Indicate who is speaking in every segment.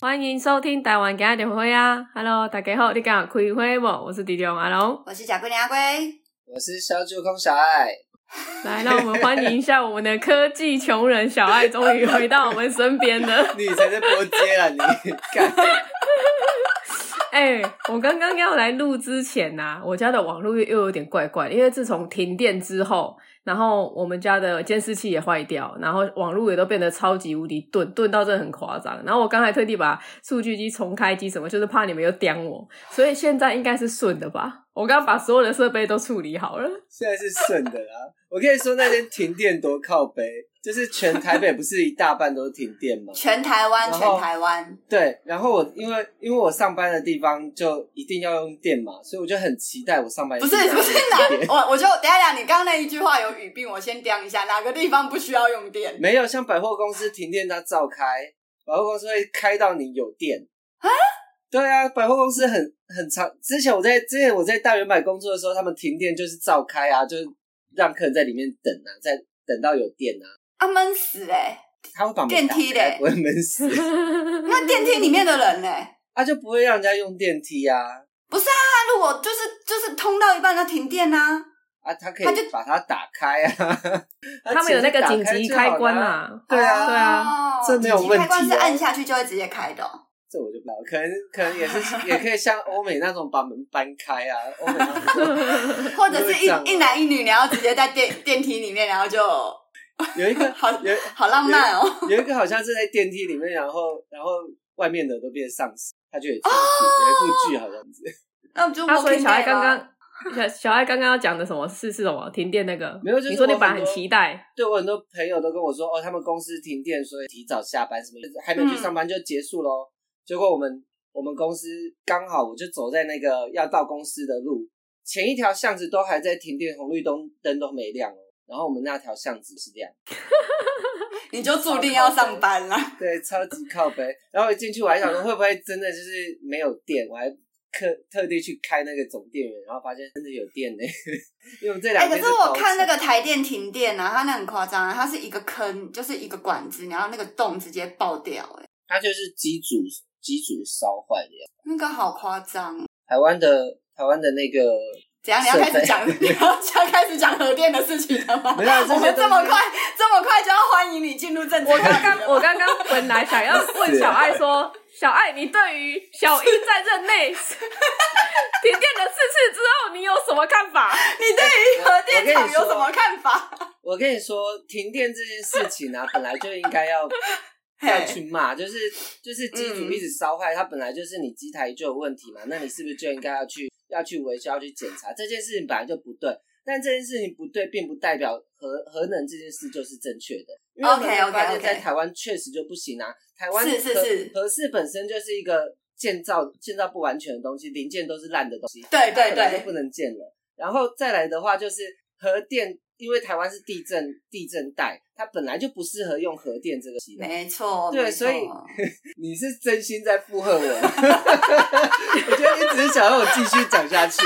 Speaker 1: 欢迎收听台湾今日的会啊！Hello，大家好，你敢有开会无？我是迪迪马龙。
Speaker 2: 我是贾桂林阿龟，
Speaker 3: 我是小酒空小爱，
Speaker 1: 来，让我们欢迎一下我们的科技穷人小爱，终于回到我们身边了。
Speaker 3: 你才在播街 啊你！干，
Speaker 1: 哎、我刚刚要来录之前呐、我家的网络又又有点怪怪的，因为自从停电之后，然后我们家的监视器也坏掉，然后网络也都变得超级无敌钝，钝到真的很夸张。然后我刚才特地把数据机重开机，什么就是怕你们又刁我，所以现在应该是顺的吧？我刚刚把所有的设备都处理好了。
Speaker 3: 现在是顺的啦。我跟你说，那天停电多靠北，就是全台北不是一大半都是停电 吗？
Speaker 2: 全台湾，
Speaker 3: 然
Speaker 2: 全
Speaker 3: 后
Speaker 2: 台湾，
Speaker 3: 对，然后我因为因为我上班的地方就一定要用电嘛，所以我就很期待我上班
Speaker 2: 不是不是哪， 我我就等一下讲，你刚刚那一句话有语病，我先掂一下，哪个地方不需要用电？
Speaker 3: 没有像百货公司停电它照开，百货公司会开到你有电
Speaker 2: 啊？
Speaker 3: 对啊，百货公司很很长。之前我在之前我在大圆百工作的时候，他们停电就是照开啊，就是让客人在里面等啊，在等到有电啊，
Speaker 2: 啊，闷死哎、
Speaker 3: 他会把门
Speaker 2: 电
Speaker 3: 打
Speaker 2: 梯
Speaker 3: 开
Speaker 2: 嘞
Speaker 3: 不会闷死，
Speaker 2: 那电梯里面的人嘞、
Speaker 3: 他就不会让人家用电梯啊
Speaker 2: 那如果就是就是通到一半它停电呐、啊，
Speaker 3: 啊，他可以
Speaker 2: 他就
Speaker 3: 把它打开啊，
Speaker 1: 他们有那个紧急开关啊，
Speaker 3: 啊，对啊
Speaker 1: 对啊，
Speaker 2: 哦
Speaker 3: 这没有问题
Speaker 2: 紧
Speaker 3: 啊
Speaker 2: 急开关是按下去就会直接开的 哦、
Speaker 3: 这我就不知道，可能可能也是也可以像欧美那种把门搬开啊，欧美那种。
Speaker 2: 或者是
Speaker 3: 这样啊
Speaker 2: 一一男一女，然后直接在电电梯里面，然后就
Speaker 3: 有一个
Speaker 2: 好
Speaker 3: 有
Speaker 2: 好浪漫哦、
Speaker 3: 有一个好像是在电梯里面，然后然后外面的都变丧尸，他就也出去、有一部剧好像是，
Speaker 2: 那我们就
Speaker 1: 他所以
Speaker 2: Walking
Speaker 1: 小爱
Speaker 2: Dead
Speaker 1: 刚
Speaker 2: 咯
Speaker 1: 刚。小小爱刚刚要讲的什么事是什么？停电那个，
Speaker 3: 没有就是
Speaker 1: 你说你
Speaker 3: 我
Speaker 1: 本来
Speaker 3: 很
Speaker 1: 很
Speaker 3: 多
Speaker 1: 期待，
Speaker 3: 对我很多朋友都跟我说，哦，他们公司停电，所以提早下班，什么还没有去上班就结束喽。结果我们我们公司刚好我就走在那个要到公司的路，前一条巷子都还在停电，红绿灯灯都没亮哦，然后我们那条巷子是亮，
Speaker 2: 你就注定要上班了。
Speaker 3: 对，超级靠北。然后一进去我还想说，会不会真的就是没有电？我还特特地去开那个总电源，然后发现真的有电呢、 因为我们这两
Speaker 2: 哎、
Speaker 3: 天、
Speaker 2: 可是我看那个台电停电啊，它那很夸张啊，它是一个坑，就是一个管子，然后那个洞直接爆掉、哎，
Speaker 3: 它就是机组机组烧坏的呀。
Speaker 2: 那个好夸张。哦
Speaker 3: 台湾的台湾的那个
Speaker 2: 怎样？你要开始讲，
Speaker 3: 设
Speaker 2: 你要 要开始讲核电的事情了吗？
Speaker 3: 没有啊这些
Speaker 2: 我们这么
Speaker 3: 东西
Speaker 2: 快，这么快就要欢迎你进入政治话
Speaker 1: 我
Speaker 2: 题了吗。
Speaker 1: 刚刚我刚刚本来 想要问
Speaker 3: 啊
Speaker 1: 小爱说，小爱，你对于小一在任 内停电的四次之后，你有什么看法？
Speaker 2: 你对于核电厂
Speaker 3: 我跟你说
Speaker 2: 有什么看法？
Speaker 3: 我跟你说，停电这件事情啊，本来就应该要
Speaker 2: 嘿
Speaker 3: 要去骂，就是就是机组
Speaker 2: 嗯
Speaker 3: 一直烧坏，它本来就是你机台就有问题嘛，那你是不是就应该要去要去维修、要去检查？这件事情本来就不对，但这件事情不对，并不代表核核能这件事就是正确的，因为我们
Speaker 2: OK，OK，OK
Speaker 3: 发现在台湾确实就不行啊，台湾
Speaker 2: 是是
Speaker 3: 核
Speaker 2: 是
Speaker 3: 核四本身就是一个建造建造不完全的东西，零件都是烂的东西，
Speaker 2: 对对
Speaker 3: 它本来就
Speaker 2: 对
Speaker 3: 不能建了。然后再来的话，就是核电，因为台湾是地震地震带，它本来就不适合用核电这个系统。
Speaker 2: 没错，
Speaker 3: 对
Speaker 2: 没错
Speaker 3: 所以你是真心在附和我， 我觉得你只是想让我继续讲下去。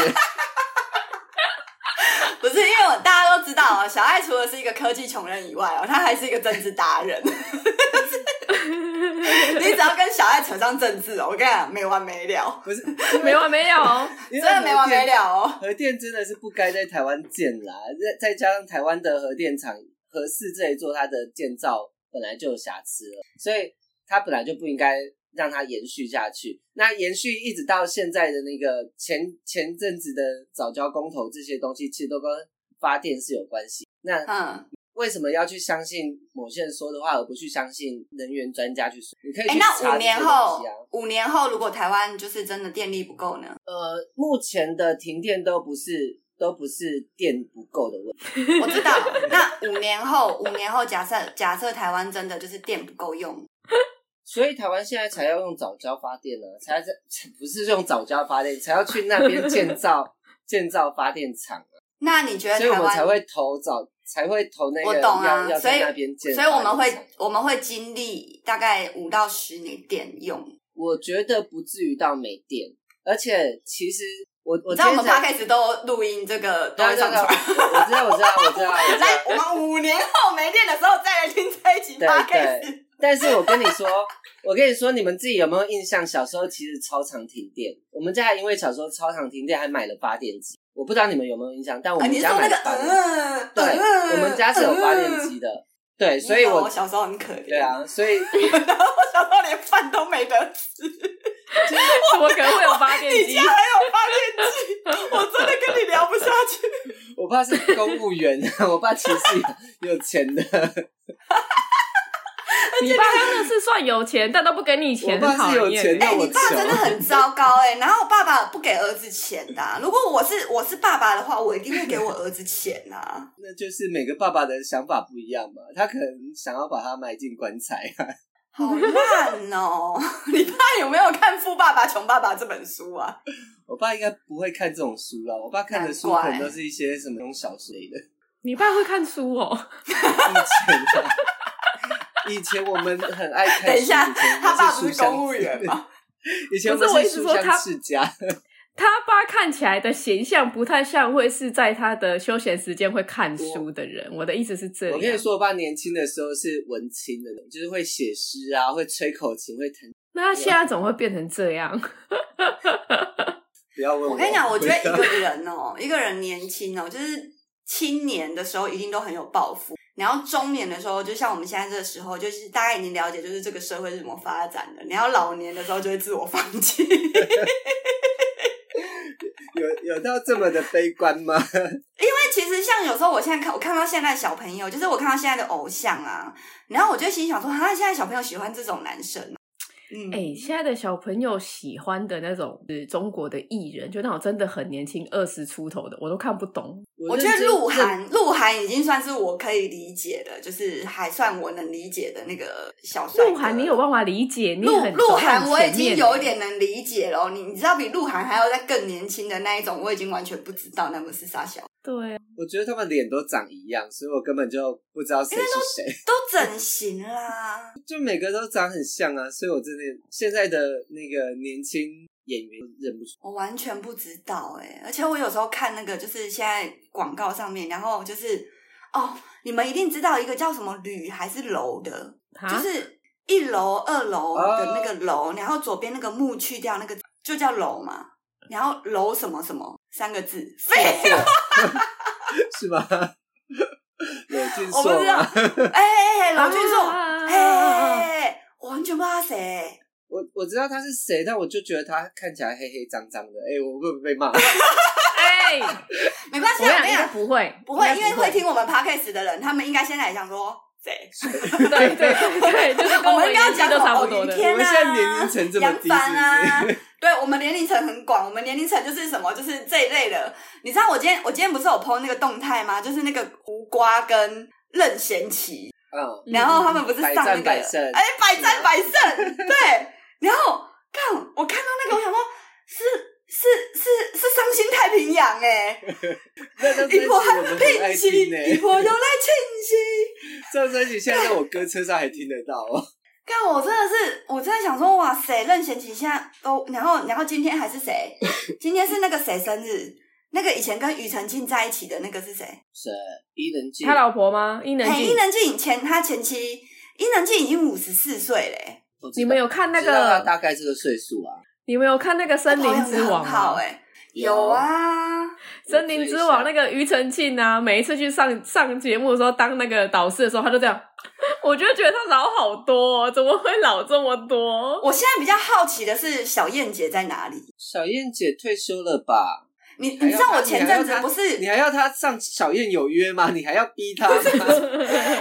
Speaker 2: 不是因为我大家都知道哦，小爱除了是一个科技穷人以外哦，他还是一个政治达人。 你只要跟小爱扯上政治哦，我跟你讲没完没了，
Speaker 3: 不是，
Speaker 1: 没完没哦了，
Speaker 3: 因为
Speaker 2: 真的没完没
Speaker 3: 核电。
Speaker 2: 了哦。
Speaker 3: 核电真的是不该在台湾建啦，再再加上台湾的核电厂核四这一座，它的建造本来就有瑕疵了，所以它本来就不应该让它延续下去。那延续一直到现在的那个前前阵子的早教公投这些东西，其实都跟发电是有关系。那
Speaker 2: 嗯，
Speaker 3: 为什么要去相信某些人说的话，而不去相信能源专家去说？你可以
Speaker 2: 哎、
Speaker 3: 去
Speaker 2: 那
Speaker 3: 查
Speaker 2: 五
Speaker 3: 这些
Speaker 2: 年
Speaker 3: 东
Speaker 2: 后
Speaker 3: 西啊。，
Speaker 2: 五年后如果台湾就是真的电力不够呢？
Speaker 3: 呃，目前的停电都不是都不是电不够的问题。
Speaker 2: 我知道。那五年后，五年后假设假设台湾真的就是电不够用，
Speaker 3: 所以台湾现在才要用早教发电呢、啊，才在不是用早教发电，才要去那边建造建造发电厂、啊，
Speaker 2: 那你觉得
Speaker 3: 所以我
Speaker 2: 台
Speaker 3: 们
Speaker 2: 湾
Speaker 3: 才会投早，才会投那
Speaker 2: 我
Speaker 3: 个
Speaker 2: 懂
Speaker 3: 要
Speaker 2: 啊
Speaker 3: 要，
Speaker 2: 所
Speaker 3: 在
Speaker 2: 以
Speaker 3: 那边建
Speaker 2: 所
Speaker 3: 发
Speaker 2: 以
Speaker 3: 电厂。
Speaker 2: 我们会我们会经历大概五到十年电用。
Speaker 3: 我觉得不至于到没电，而且其实我我
Speaker 2: 你知道我
Speaker 3: 今
Speaker 2: 们
Speaker 3: 天才
Speaker 2: podcast 都录音这个都
Speaker 3: 对
Speaker 2: 会
Speaker 3: 对对，
Speaker 2: 上传。
Speaker 3: 我我 知道我知道我知道我知道，
Speaker 2: 来，我们五年后没电的时候再来听这一集
Speaker 3: 对
Speaker 2: podcast。
Speaker 3: 但是我跟你说，我跟你说，你们自己有没有印象？小时候其实超常停电，我们家还因为小时候超常停电还买了发电机。我不知道你们有没有印象，但我
Speaker 2: 啊，你是
Speaker 3: 们家
Speaker 2: 说那
Speaker 3: 买
Speaker 2: 个
Speaker 3: 了发电机。
Speaker 2: 嗯，
Speaker 3: 对，
Speaker 2: 嗯
Speaker 3: 我们家是有发电机。
Speaker 2: 嗯
Speaker 3: 的。对，所以
Speaker 2: 你知道
Speaker 3: 我
Speaker 2: 我小时候很可怜，
Speaker 3: 对，啊，所 以
Speaker 2: 我小时候连饭都没得吃，
Speaker 1: 怎么可能会有发电
Speaker 2: 你
Speaker 1: 机
Speaker 2: 家？还有发电机，我真的跟你聊不下 去。
Speaker 3: 我爸是公务员，啊我爸其实是有有钱的，
Speaker 1: 你爸真的是算有钱，但都不给你钱，
Speaker 3: 我爸
Speaker 1: 很
Speaker 3: 是
Speaker 1: 讨
Speaker 3: 有
Speaker 1: 厌
Speaker 3: 钱的
Speaker 1: 欸
Speaker 2: 哎、
Speaker 3: 我
Speaker 2: 你爸
Speaker 3: 穷
Speaker 2: 真的很糟糕哎、然后爸爸不给儿子钱的啊、如果我是我是爸爸的话，我一定会给我儿子钱 呐、啊。
Speaker 3: 那就是每个爸爸的想法不一样嘛。他可能想要把他埋进棺材啊。
Speaker 2: 好烂哦、 你爸有没有看《富爸爸穷爸爸》这本书啊？
Speaker 3: 我爸应该不会看这种书啦，我爸看的书
Speaker 2: 难怪
Speaker 3: 可能都是一些什么那种小说类的。
Speaker 1: 你爸会看书哦，
Speaker 3: 以前、啊，以前我们很爱看书。
Speaker 2: 等一下，
Speaker 3: 以前我们
Speaker 2: 他爸不
Speaker 3: 书
Speaker 2: 是
Speaker 3: 香
Speaker 2: 公务员吗？
Speaker 3: 以前
Speaker 1: 不是我
Speaker 3: 们
Speaker 1: 一
Speaker 3: 是
Speaker 1: 直
Speaker 3: 书
Speaker 1: 说他
Speaker 3: 香世家。
Speaker 1: 他爸看起来的形象不太像会是在他的休闲时间会看书的人。我的意思是这样。
Speaker 3: 我跟你说，我爸年轻的时候是文青的那种，就是会写诗啊，会吹口琴，会弹。
Speaker 1: 那他现在怎么会变成这样？
Speaker 3: 不要问
Speaker 2: 我跟你讲，我觉得一
Speaker 3: 回答
Speaker 2: 个人哦、一个人年轻哦、就是青年的时候一定都很有抱负，然后中年的时候，就像我们现在这个时候，就是大概已经了解就是这个社会是怎么发展的，然后老年的时候就会自我放弃。
Speaker 3: 有有到这么的悲观吗？
Speaker 2: 其实像有时候我现在看，我看到现在小朋友，就是我看到现在的偶像啊，然后我就心想说，啊，现在小朋友喜欢这种男生，嗯，
Speaker 1: 哎、现在的小朋友喜欢的那种呃中国的艺人，就那种真的很年轻，二十出头的，我都看不懂。
Speaker 2: 我觉
Speaker 3: 认
Speaker 2: 得
Speaker 3: 真
Speaker 2: 鹿晗，鹿晗已经算是我可以理解的，就是还算我能理解的那个小帅哥。
Speaker 1: 鹿晗，你有办法理解？你
Speaker 2: 鹿
Speaker 1: 很欸
Speaker 2: 鹿晗，我已经有
Speaker 1: 一
Speaker 2: 一点能理解了哦。你你知道比鹿晗还要再更年轻的那一种，我已经完全不知道那个是啥小，
Speaker 1: 对啊，
Speaker 3: 我觉得他们脸都长一样，所以我根本就不知道谁是谁，
Speaker 2: 都整形啦。
Speaker 3: 就每个都长很像啊，所以我真的现在的那个年轻演员认不出。
Speaker 2: 我完全不知道哎、而且我有时候看那个，就是现在广告上面，然后就是哦，你们一定知道一个叫什么铝还是楼的，就
Speaker 1: 啊，
Speaker 2: 是一楼、二楼的
Speaker 3: 哦
Speaker 2: 那个楼，然后左边那个木去掉，那个就叫楼嘛。然后楼什么什么三个字，废话，
Speaker 3: 是吗？ 柳俊
Speaker 2: 我不
Speaker 3: 硕
Speaker 2: 知道
Speaker 3: 吗？。
Speaker 2: 哎哎哎，楼俊硕，
Speaker 1: 啊
Speaker 2: 哎哎哎哎，我完全不知道他谁。
Speaker 3: 我我知道他是谁，但我就觉得他看起来黑黑脏脏的。哎、我会不会被骂？
Speaker 1: 哎、
Speaker 2: 没关系
Speaker 1: 我
Speaker 2: 啊，
Speaker 1: 想
Speaker 2: 我跟
Speaker 1: 应
Speaker 2: 你
Speaker 1: 该
Speaker 2: 讲，
Speaker 1: 不会，
Speaker 2: 不会，
Speaker 3: 应
Speaker 2: 因
Speaker 3: 该
Speaker 2: 为
Speaker 3: 不
Speaker 2: 会
Speaker 3: 会
Speaker 2: 听我们 podcast 的人，他们应该现在也想说谁。
Speaker 1: 对对对 对，就是跟
Speaker 2: 我们
Speaker 1: 年
Speaker 2: 刚刚
Speaker 1: 纪
Speaker 2: 讲
Speaker 1: 都
Speaker 2: 什么
Speaker 1: 差不
Speaker 2: 哦
Speaker 1: 多
Speaker 2: 云
Speaker 1: 的。
Speaker 2: 天
Speaker 3: 我们
Speaker 2: 啊
Speaker 3: 现在年龄层这么
Speaker 2: 杨
Speaker 3: 低，
Speaker 2: 凡啊
Speaker 3: 是不是？，
Speaker 2: 对我们年龄层很广，我们年龄层就是什么，就是这一类的。你知道我今天我今天不是有 PO 那个动态吗？就是那个胡瓜跟任贤齐，
Speaker 3: 嗯，
Speaker 1: 嗯
Speaker 2: 然后他们不是上那个
Speaker 3: 百战百胜
Speaker 2: 哎，百战百胜，对。然后看我看到那个，我想说，是是是是伤心太平洋哎、
Speaker 3: 那张专
Speaker 2: 一
Speaker 3: 辑
Speaker 2: 波
Speaker 3: 我
Speaker 2: 还
Speaker 3: 们
Speaker 2: 不
Speaker 3: 很爱
Speaker 2: 聘息，
Speaker 3: 听欸呢、
Speaker 2: 一波又来庆幸。
Speaker 3: 这张专辑现在在我哥车上还听得到哦。
Speaker 2: 但我真的是，我真的想说，哇塞，任贤齐现在都，然后然后今天还是谁？今天是那个谁生日？那个以前跟庾澄庆在一起的那个是谁？
Speaker 3: 是伊能静
Speaker 1: 他老婆吗？伊能
Speaker 2: 嘿，伊
Speaker 1: 静，
Speaker 2: 能静前他前妻，伊能静已经五十四岁嘞，
Speaker 3: 我知道
Speaker 1: 你们有看那
Speaker 3: 知道他
Speaker 1: 个？
Speaker 3: 大概这个岁数啊？
Speaker 1: 你们有看那个《森林之王》啊
Speaker 2: 哦她保养得很好
Speaker 1: 吗？
Speaker 2: 哎、有啊，
Speaker 1: 《森林之王》那个庾澄庆啊，每一次去上上节目的时候，当那个导师的时候，他就这样， 我就觉得他老好多、哦，怎么会老这么多？
Speaker 2: 我现在比较好奇的是小燕姐在哪里？
Speaker 3: 小燕姐退休了吧？
Speaker 2: 你
Speaker 3: 还
Speaker 2: 你
Speaker 3: 要
Speaker 2: 知道
Speaker 3: 她
Speaker 2: 我
Speaker 3: 你
Speaker 2: 前
Speaker 3: 还要
Speaker 2: 阵子
Speaker 3: 她
Speaker 2: 不是
Speaker 3: 你还要她上小燕有约吗？你还要逼她 吗？
Speaker 2: 你知道，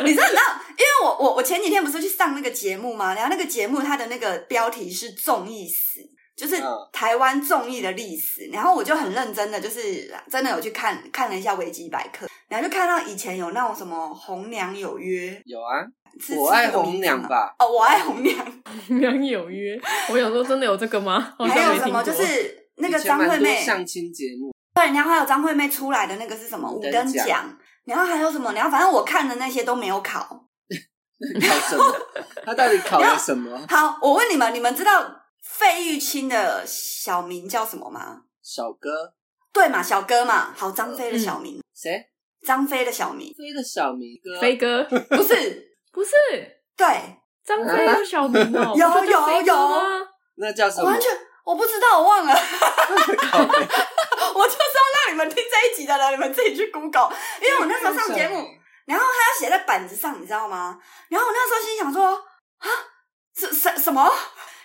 Speaker 2: 你知道，因为我我我前几天不是去上那个节目嘛，然后那个节目它的那个标题是“综艺史”，就是
Speaker 3: 嗯
Speaker 2: 台湾综艺的历史。然后我就很认真的，就是真的有去看看了一下维基百科，然后就看到以前有那种什么《红娘有约
Speaker 3: 有啊，》
Speaker 2: 是，
Speaker 3: 我
Speaker 2: 是
Speaker 3: 爱
Speaker 2: 这个
Speaker 3: 红
Speaker 2: 名字
Speaker 3: 娘
Speaker 2: 吗。
Speaker 3: 吧。
Speaker 2: 哦，我爱红娘，
Speaker 1: 《娘有约》，我想说真的有这个吗？好像
Speaker 2: 还有
Speaker 1: 没
Speaker 2: 什
Speaker 1: 听
Speaker 2: 么
Speaker 1: 过。
Speaker 2: 就是啊那个
Speaker 3: 以前
Speaker 2: 张惠
Speaker 3: 蛮多
Speaker 2: 妹，
Speaker 3: 相亲节目，
Speaker 2: 对，然后还有张惠妹出来的那个是什么
Speaker 3: 五
Speaker 2: 五
Speaker 3: 等
Speaker 2: 等
Speaker 3: 奖
Speaker 2: 奖，然后还有什么，然后反正我看的那些都没有考。
Speaker 3: 考什么？她到底考了 什么？
Speaker 2: 好，我问你们，你们知道费玉清的小名叫什么吗？
Speaker 3: 小哥
Speaker 2: 对嘛，小哥嘛，好，张飞的小名，
Speaker 3: 谁？
Speaker 2: 张飞的小名
Speaker 3: 飞的小明哥，
Speaker 1: 飞哥
Speaker 2: 不是，
Speaker 1: 不是
Speaker 2: 对，
Speaker 1: 张飞有小名哦，
Speaker 2: 啊有
Speaker 1: 不是叫
Speaker 2: 有
Speaker 1: 飞哥
Speaker 2: 有
Speaker 1: 吗
Speaker 3: 那叫什
Speaker 2: 我
Speaker 3: 么
Speaker 2: 完？全我不知道，我忘了。
Speaker 3: 靠北
Speaker 2: 我就是要让你们听这一集的人，你们自己去 Google，因为我那时候上节目，然后他写在板子上，你知道吗？然后我那时候心想说啊，什什什么？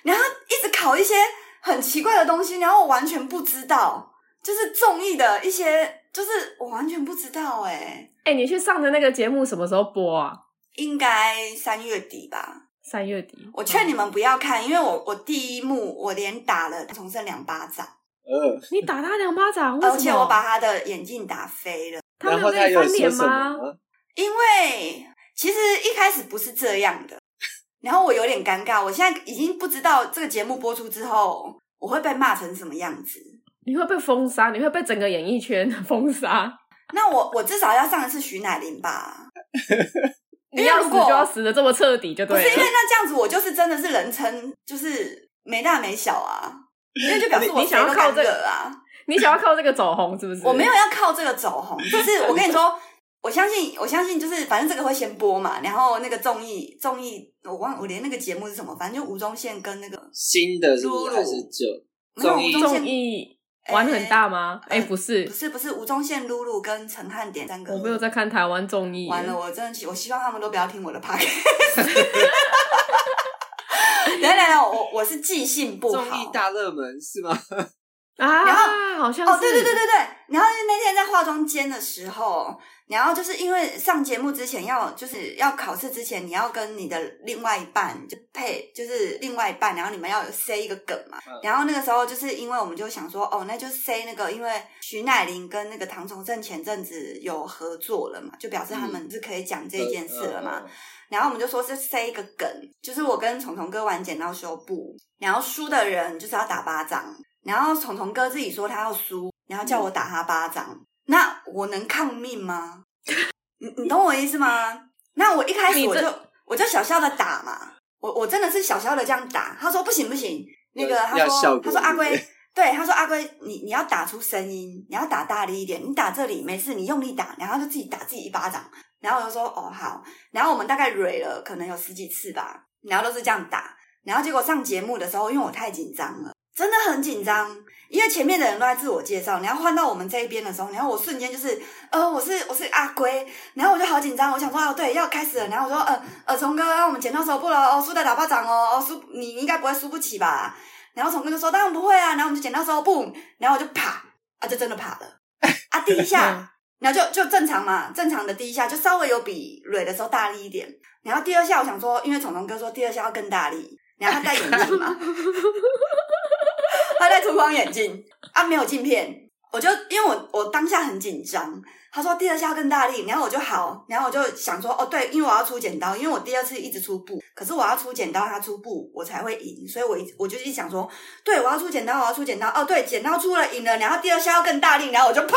Speaker 2: 然后一直考一些很奇怪的东西，然后我完全不知道，就是综艺的一些，就是我完全不知道哎、
Speaker 1: 哎、你去上的那个节目什么时候播啊？
Speaker 2: 应该三月底吧。
Speaker 1: 三月底。哦
Speaker 2: 我劝你们不要看，因为我我第一幕我连打了重胜两巴掌，
Speaker 3: 呃，
Speaker 1: 你打他两巴掌，为什么？
Speaker 2: 而且我把他的眼镜打飞了。
Speaker 1: 他
Speaker 3: 然
Speaker 1: 没
Speaker 3: 后
Speaker 1: 有
Speaker 3: 他
Speaker 1: 跟你
Speaker 3: 有
Speaker 1: 翻
Speaker 3: 说
Speaker 1: 脸
Speaker 3: 什
Speaker 1: 吗？
Speaker 3: 么？
Speaker 2: 因为其实一开始不是这样的，然后我有点尴尬，我现在已经不知道这个节目播出之后我会被骂成什么样子。
Speaker 1: 你会被封杀，你会被整个演艺圈 封杀。
Speaker 2: 那我我至少要上一次徐乃麟吧，因为
Speaker 1: 你要
Speaker 2: 如
Speaker 1: 死
Speaker 2: 果
Speaker 1: 就要死的这么彻底，就
Speaker 2: 不
Speaker 1: 对
Speaker 2: 是因为
Speaker 1: 了。
Speaker 2: 那这样子我就是真的是人称就是没大没小啊，因为就表示我
Speaker 1: 你你想要
Speaker 2: 谁都敢
Speaker 1: 靠这个
Speaker 2: 惹啊，
Speaker 1: 你想要靠这个走红，是不是？
Speaker 2: 我没有要靠这个走红，只是 我跟你说。我相信，我相信，就是反正这个会先播嘛，然后那个综艺，综艺我忘，我连那个节目是什么，反正就吴宗宪跟那个
Speaker 3: 新的是不
Speaker 2: 露
Speaker 3: 是
Speaker 2: 露
Speaker 3: 还是旧？
Speaker 2: 没有
Speaker 3: 综艺
Speaker 2: 吴宗宪
Speaker 1: 综艺玩很大吗？哎、不是
Speaker 2: 不，是不是，吴宗宪、露露跟陈汉典三个。
Speaker 1: 我没有在看台湾综艺。
Speaker 2: 完了，我真的希我希望他们都不要听我的 podcast。等一下等一下，我我是记性不好。
Speaker 3: 综艺大热门是吗？
Speaker 2: 然
Speaker 1: 啊，好像是。
Speaker 2: 哦，对对对对对。然后那天在化妆间的时候，然后就是因为上节目之前要就是要考试之前，你要跟你的另外一半就配就是另外一半，然后你们要有 say 一个梗嘛。
Speaker 3: 嗯
Speaker 2: 然后那个时候就是因为我们就想说，哦，那就 say 那个，因为徐乃麟跟那个唐崇盛前阵子有合作了嘛，就表示他
Speaker 1: 嗯
Speaker 2: 们是可以讲这件事了嘛。
Speaker 3: 嗯？嗯嗯
Speaker 2: 然后我们就说是塞一个梗，就是我跟虫虫哥玩剪刀修布，然后输的人就是要打巴掌，然后虫虫哥自己说他要输，然后叫我打他巴掌，那我能抗命吗？ 你你懂我意思吗？那我一开始
Speaker 1: 你
Speaker 2: 我
Speaker 1: 这
Speaker 2: 就我就小小的打嘛，我我真的是小小的这样打，他说不行不行，那个
Speaker 3: 要
Speaker 2: 他
Speaker 3: 要效
Speaker 2: 说
Speaker 3: 果
Speaker 2: 他说阿
Speaker 3: 对不
Speaker 2: 龟。对，他说阿龟，你你要打出声音，你要打大力一点，你打这里没事，你用力打，然后就自己打自己一巴掌。然后我就说哦好，然后我们大概蕊了可能有十几次吧，然后都是这样打，然后结果上节目的时候，因为我太紧张了，真的很紧张，因为前面的人都在自我介绍，然后换到我们这一边的时候，然后我瞬间就是呃我是我是阿龟，然后我就好紧张，我想说哦对要开始了，然后我说呃呃虫哥，我们剪刀手不了哦，输的打巴掌哦，哦输你你应该不会输不起吧？然后虫哥就说当然不会啊，然后我们就剪刀手不，然后我就啪啊就真的啪了啊第一下。然后就就正常嘛，正常的第一下就稍微有比蕊的时候大力一点，然后第二下我想说，因为虫虫哥说第二下要更大力，然后他戴眼镜嘛，他戴粗框眼镜啊，没有镜片，我就因为我我当下很紧张，他说第二下要更大力，然后我就好，然后我就想说哦对，因为我要出剪刀，因为我第二次一直出布，可是我要出剪刀，他出布我才会赢，所以我一我就一直想说，对我要出剪刀，我要出剪刀，哦对，剪刀出了赢了，然后第二下要更大力，然后我就啪，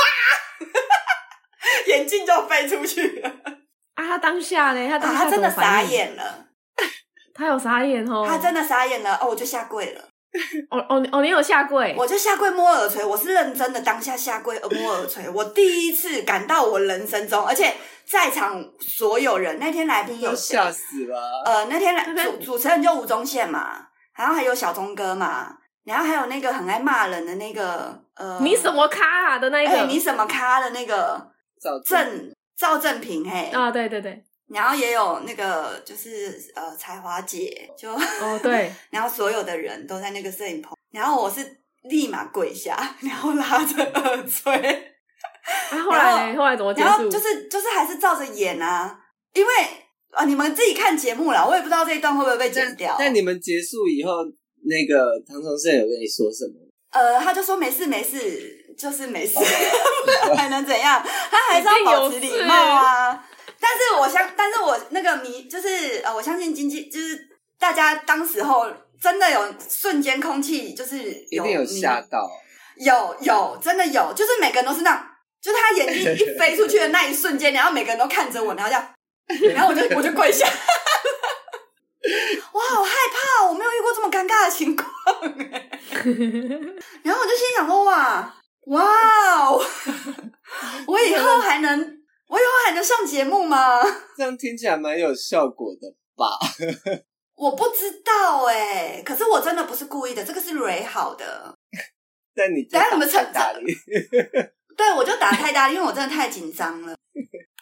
Speaker 2: 眼镜就飞出去了，
Speaker 1: 啊，他当下嘞，他
Speaker 2: 啊
Speaker 1: 当
Speaker 2: 他
Speaker 1: 下
Speaker 2: 真的
Speaker 1: 怎么反
Speaker 2: 傻
Speaker 1: 应，
Speaker 2: 眼了，
Speaker 1: 他有傻眼哦，
Speaker 2: 他真的傻眼了，哦我就下跪了。
Speaker 1: 哦哦你哦，你有下跪，
Speaker 2: 我就下跪摸耳垂，我是认真的当下下跪摸耳垂，我第一次感到我人生中，而且在场所有人那天来宾有
Speaker 3: 要
Speaker 2: 谁
Speaker 3: 吓死了！
Speaker 2: 呃，那天来
Speaker 1: 那边
Speaker 2: 主主持人就吴宗宪嘛，然后还有小钟哥嘛，然后还有那个很爱骂人的那个呃，
Speaker 1: 你什么咖啊的那
Speaker 2: 哎、
Speaker 1: 一个，嗯
Speaker 2: 你什么咖的那个
Speaker 3: 赵
Speaker 2: 郑赵正平嘿，
Speaker 1: 啊，对对对，
Speaker 2: 然后也有那个就是呃彩华姐，就
Speaker 1: 哦 对，
Speaker 2: 然后所有的人都在那个摄影棚，然后我是立马跪下，然后拉着耳垂。
Speaker 1: 啊后来
Speaker 2: 然
Speaker 1: 嘞，后来怎么 结
Speaker 2: 然后
Speaker 1: 束？
Speaker 2: 就是就是还是照着演啊，因为啊你们自己看节目啦，我也不知道这一段会不会被剪掉。
Speaker 3: 但你们结束以后，那个唐崇盛有跟你说什么？
Speaker 2: 呃，他就说没事没事，就是没事， 还能怎样？他还是
Speaker 1: 哦一
Speaker 2: 要
Speaker 1: 定
Speaker 2: 保
Speaker 1: 有
Speaker 2: 持礼
Speaker 1: 事
Speaker 2: 貌啊。但是我相，但是我那个迷就是呃，我相信经济就是大家当时候真的有瞬间空气就是
Speaker 3: 一
Speaker 2: 有
Speaker 3: 定有
Speaker 2: 迷
Speaker 3: 吓到，
Speaker 2: 有有，真的有，就是每个人都是那样，就是他眼睛一飞出去的那一瞬间，然后每个人都看着我，然后这样，然后我就我就跪下，我好害怕哦，我没有遇过这么尴尬的情况哎，然后我就心想说哇哇哦，我以后还能我以后还能上节目吗？
Speaker 3: 这样听起来蛮有效果的吧？
Speaker 2: 我不知道哎、可是我真的不是故意的，这个是蕊好的。
Speaker 3: 但你
Speaker 2: 等下你们成
Speaker 3: 打你，
Speaker 2: 对，我就打太大力，因为我真的太紧张了。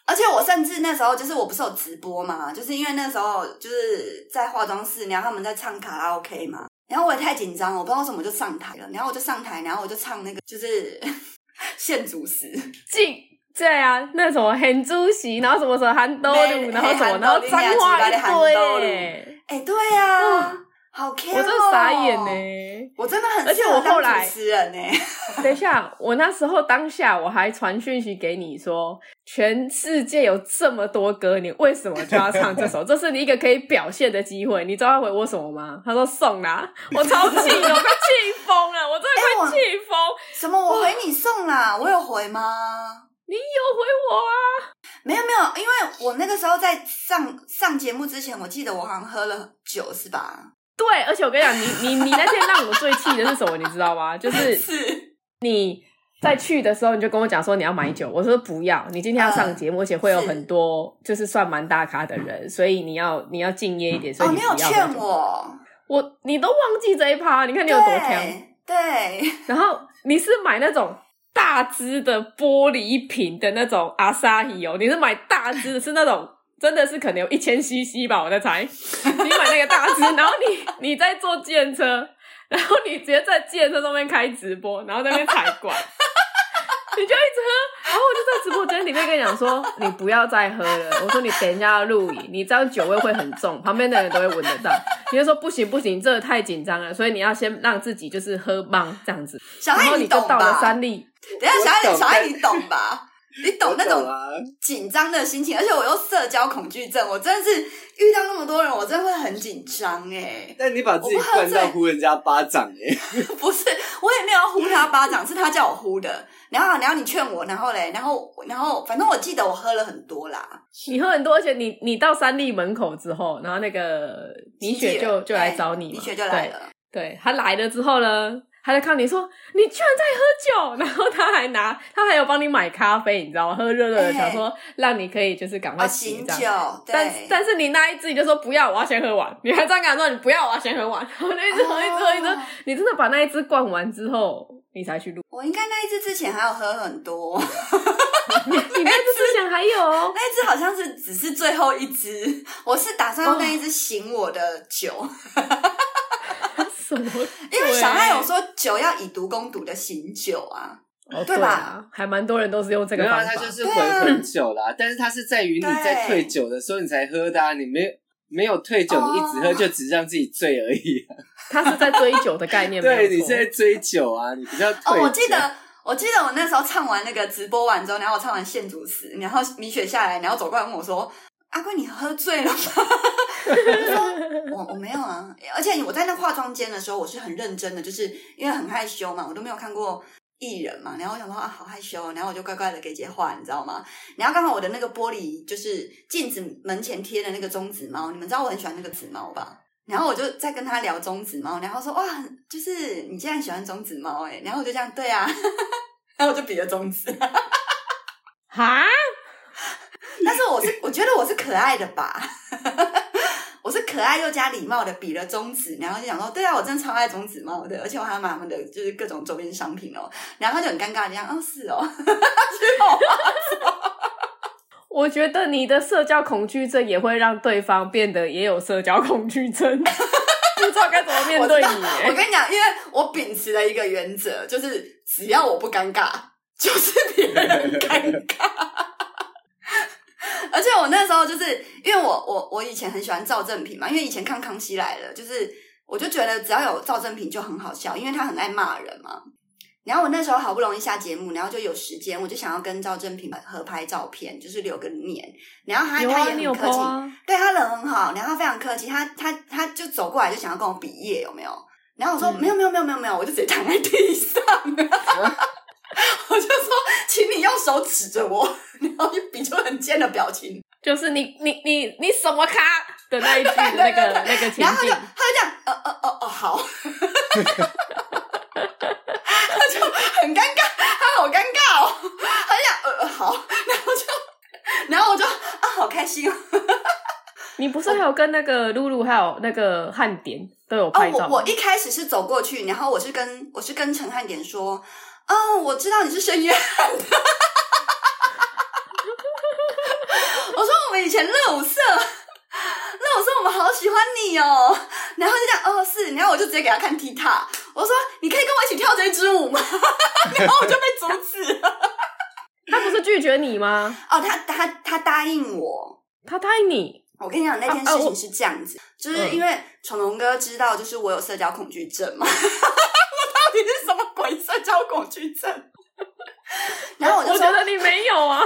Speaker 2: 而且我甚至那时候就是我不是有直播嘛，就是因为那时候就是在化妆室，然后他们在唱卡拉 OK 嘛，然后我也太紧张了，我不知道为什么我就上台了，然后我就上台，然后我就唱那个就是 现主食，
Speaker 1: 进对啊，那什么很主席，然后什么什么韩兜
Speaker 2: 没哎
Speaker 1: 鲁，然后什么，
Speaker 2: 韩
Speaker 1: 然后
Speaker 2: 兜鲁
Speaker 1: 脏话一
Speaker 2: 你俩
Speaker 1: 堆
Speaker 2: 嘴巴里
Speaker 1: 耶，
Speaker 2: 哎、对呀、
Speaker 1: 哇
Speaker 2: 好 c
Speaker 1: 我真的傻眼呢、
Speaker 2: 我真的很
Speaker 1: 而且我
Speaker 2: 适合当
Speaker 1: 后来
Speaker 2: 主持人呢、
Speaker 1: 等一下，我那时候当下我还传讯息给你说，全世界有这么多歌，你为什么就要唱这首？这是你一个可以表现的机会。你知道他回我什么吗？他说送啦， 我超气的，我快气疯了，我真的快气疯。
Speaker 2: 什么？我回你送啦，我有回吗？
Speaker 1: 你有回我啊？
Speaker 2: 没有没有，因为我那个时候在上上节目之前，我记得我好像喝了酒，是吧？
Speaker 1: 对，而且我跟你讲，你你你那天让我最气的是什么？你知道吗？就是
Speaker 2: 是，
Speaker 1: 你在去的时候，你就跟我讲说你要买酒，我说不要，你今天要上节目，而且会有
Speaker 2: 是
Speaker 1: 很多就是算蛮大咖的人，所以你要你要敬业一点，所以
Speaker 2: 哦，
Speaker 1: 你
Speaker 2: 你
Speaker 1: 不
Speaker 2: 有
Speaker 1: 要那
Speaker 2: 劝
Speaker 1: 种
Speaker 2: 我，
Speaker 1: 我你都忘记这一趴，你看你有多强。
Speaker 2: 对对，
Speaker 1: 然后你是买那种大只的玻璃瓶的那种阿萨伊哦，你是买大只的，是那种真的是可能有一千 CC 吧，我在猜。你买那个大只，然后你你在坐电车，然后你直接在电车上面开直播，然后在那边采管。你就一直喝，然后我就在直播间里面跟你讲说，你不要再喝了。我说你等一下要录影，你这样酒味会很重，旁边的人都会闻得到。你就说不行不行，这个太紧张了，所以你要先让自己就是喝懵这样子。
Speaker 2: 小
Speaker 1: 然后
Speaker 2: 爱
Speaker 1: 你就
Speaker 2: 懂
Speaker 1: 到了
Speaker 2: 吧？
Speaker 1: 三粒，
Speaker 2: 等一下小
Speaker 3: 我
Speaker 2: 爱，
Speaker 3: 懂
Speaker 2: 小爱
Speaker 3: 但
Speaker 2: 你懂吧？你懂
Speaker 3: 我
Speaker 2: 那种
Speaker 3: 啊，
Speaker 2: 紧张的心情，而且我又社交恐惧症，我真的是遇到那么多人，我真的会很紧张哎。
Speaker 3: 但你把自己
Speaker 2: 我不喝
Speaker 3: 灌到
Speaker 2: 醉
Speaker 3: 呼人家巴掌哎、
Speaker 2: 不是，我也没有呼他巴掌，是他叫我呼的。然后，然后你劝我，然后嘞，然后，然后，反正我记得我喝了很多啦。
Speaker 1: 你喝很多，而且你你到三立门口之后，然后那个李雪就就来找你
Speaker 2: 哎
Speaker 1: 嘛，
Speaker 2: 李雪就来了。
Speaker 1: 对。对，她来了之后呢，她就看你说你居然在喝酒，然 后她还拿她还有帮你买咖啡，你知道吗？喝热热的，
Speaker 2: 哎
Speaker 1: 想说让你可以就是赶快
Speaker 2: 啊，
Speaker 1: 醒
Speaker 2: 醒
Speaker 1: 这
Speaker 2: 酒
Speaker 1: 样。，
Speaker 2: 对，
Speaker 1: 但但是你那一支你就说不要，我要先喝完。你还这样跟我说你不要，我要先喝完。 然后就一直喝，一直喝，一直喝
Speaker 2: 哦。
Speaker 1: 你真的把那一支灌完之后，你才去录。
Speaker 2: 我应该那一支之前还有喝很多，
Speaker 1: 你你那支之前还有哦，
Speaker 2: 那一支好像是只是最后一支，我是打算用那一支醒我的酒，
Speaker 1: 什么鬼？
Speaker 2: 因为小爱有说酒要以毒攻毒的醒酒啊，
Speaker 1: 哦，
Speaker 2: 对
Speaker 1: 啊？还蛮多人都是用这个
Speaker 3: 没有
Speaker 1: 方
Speaker 3: 啊，
Speaker 1: 法。
Speaker 3: 他就是回很久啦，但是他是在于你在退酒的时候你才喝的、啊，你没有没有退酒，
Speaker 2: 哦
Speaker 3: 你一直喝就只让自己醉而已、啊。
Speaker 1: 他是在追酒的概念，
Speaker 3: 对，
Speaker 1: 没
Speaker 3: 你
Speaker 1: 有
Speaker 3: 是
Speaker 1: 错
Speaker 3: 在追酒啊，你不叫 退酒。
Speaker 2: 哦，我记得。我记得我那时候唱完那个直播完之后，然后我唱完现主持，然后米雪下来，然后走过来问我说：“阿贵，你喝醉了吗？” 我说：“我我 没有啊，而且我在那化妆间的时候，我是很认真的，就是因为很害羞嘛，我都没有看过艺人嘛，然后我想说啊，好害羞，然后我就乖乖的给姐画，你知道吗？然后刚好我的那个玻璃就是镜子门前贴的那个中指猫，你们知道我很喜欢那个紫猫吧？然后我就在跟他聊中指猫，然后说哇，就是你竟然喜欢中指猫哎、欸，然后我就这样对啊，然后我就比了中指，
Speaker 1: 哈，
Speaker 2: 但是我是我觉得我是可爱的吧，我是可爱又加礼貌的比了中指，然后就想说对啊，我真的超爱中指猫的，而且我还买他们的就是各种周边商品哦，然后他就很尴尬的这样，哦是哦，是哦，
Speaker 1: 我觉得你的社交恐惧症也会让对方变得也有社交恐惧 症，不知道该怎么面对你
Speaker 2: 我
Speaker 1: 耶。
Speaker 2: 跟你讲，因为我秉持了一个原则，就是只要我不尴尬，就是别人尴尬。 而且我那时候就是因为我我我以前很喜欢赵正平嘛，因为以前看《康熙来了》，就是我就觉得只要有赵正平就很好笑，因为他很爱骂人嘛。然后我那时候好不容易下节目，然后就有时间，我就想要跟赵正平合拍照片，就是留个念。然后他、
Speaker 1: 有
Speaker 2: 他
Speaker 1: 啊，
Speaker 2: 也
Speaker 1: 你有
Speaker 2: 很客
Speaker 1: PO
Speaker 2: 气，
Speaker 1: 啊？
Speaker 2: 对他人很好，然后非常客气，他他他就走过来就想要跟我比耶，有没有？然后我说、
Speaker 1: 嗯
Speaker 2: 没有没有没有没有没有，我就直接躺在地上， 我就说请你用手指着我，然后一比就很贱的表情，
Speaker 1: 就是你你你你什么咖的那一 句的那个那个情
Speaker 2: 然后他就
Speaker 1: 境
Speaker 2: 他，就这样呃呃呃呃好， 他就很尴尬，他好尴尬哦，他就这样呃呃好，然后就然后我就啊好开心哦。
Speaker 1: 你不是还有跟那个露露还有那个汉典都有
Speaker 2: 哦
Speaker 1: 拍，照吗？
Speaker 2: 我我一开始是走过去，然后我是跟我是跟陈汉典说，哦，我知道你是深渊。 我说我们以前乐舞社，乐舞社我们好喜欢你哦。然后就这样，哦是，然后我就直接给他看踢踏，我说你可以跟我一起跳这一支舞吗？ 然后我就被阻止了。
Speaker 1: 他不是拒绝你吗？
Speaker 2: 哦，他他他答应我，
Speaker 1: 他答应你，
Speaker 2: 我跟你讲，那件
Speaker 1: 啊嗯啊
Speaker 2: 事
Speaker 1: 我
Speaker 2: 情是这样子，就是因为虫龙哥知道，就是我有社交恐惧症嘛。 我到底是什么鬼社交恐惧症？然后我就
Speaker 1: 我
Speaker 2: 说
Speaker 1: 觉得你没有啊。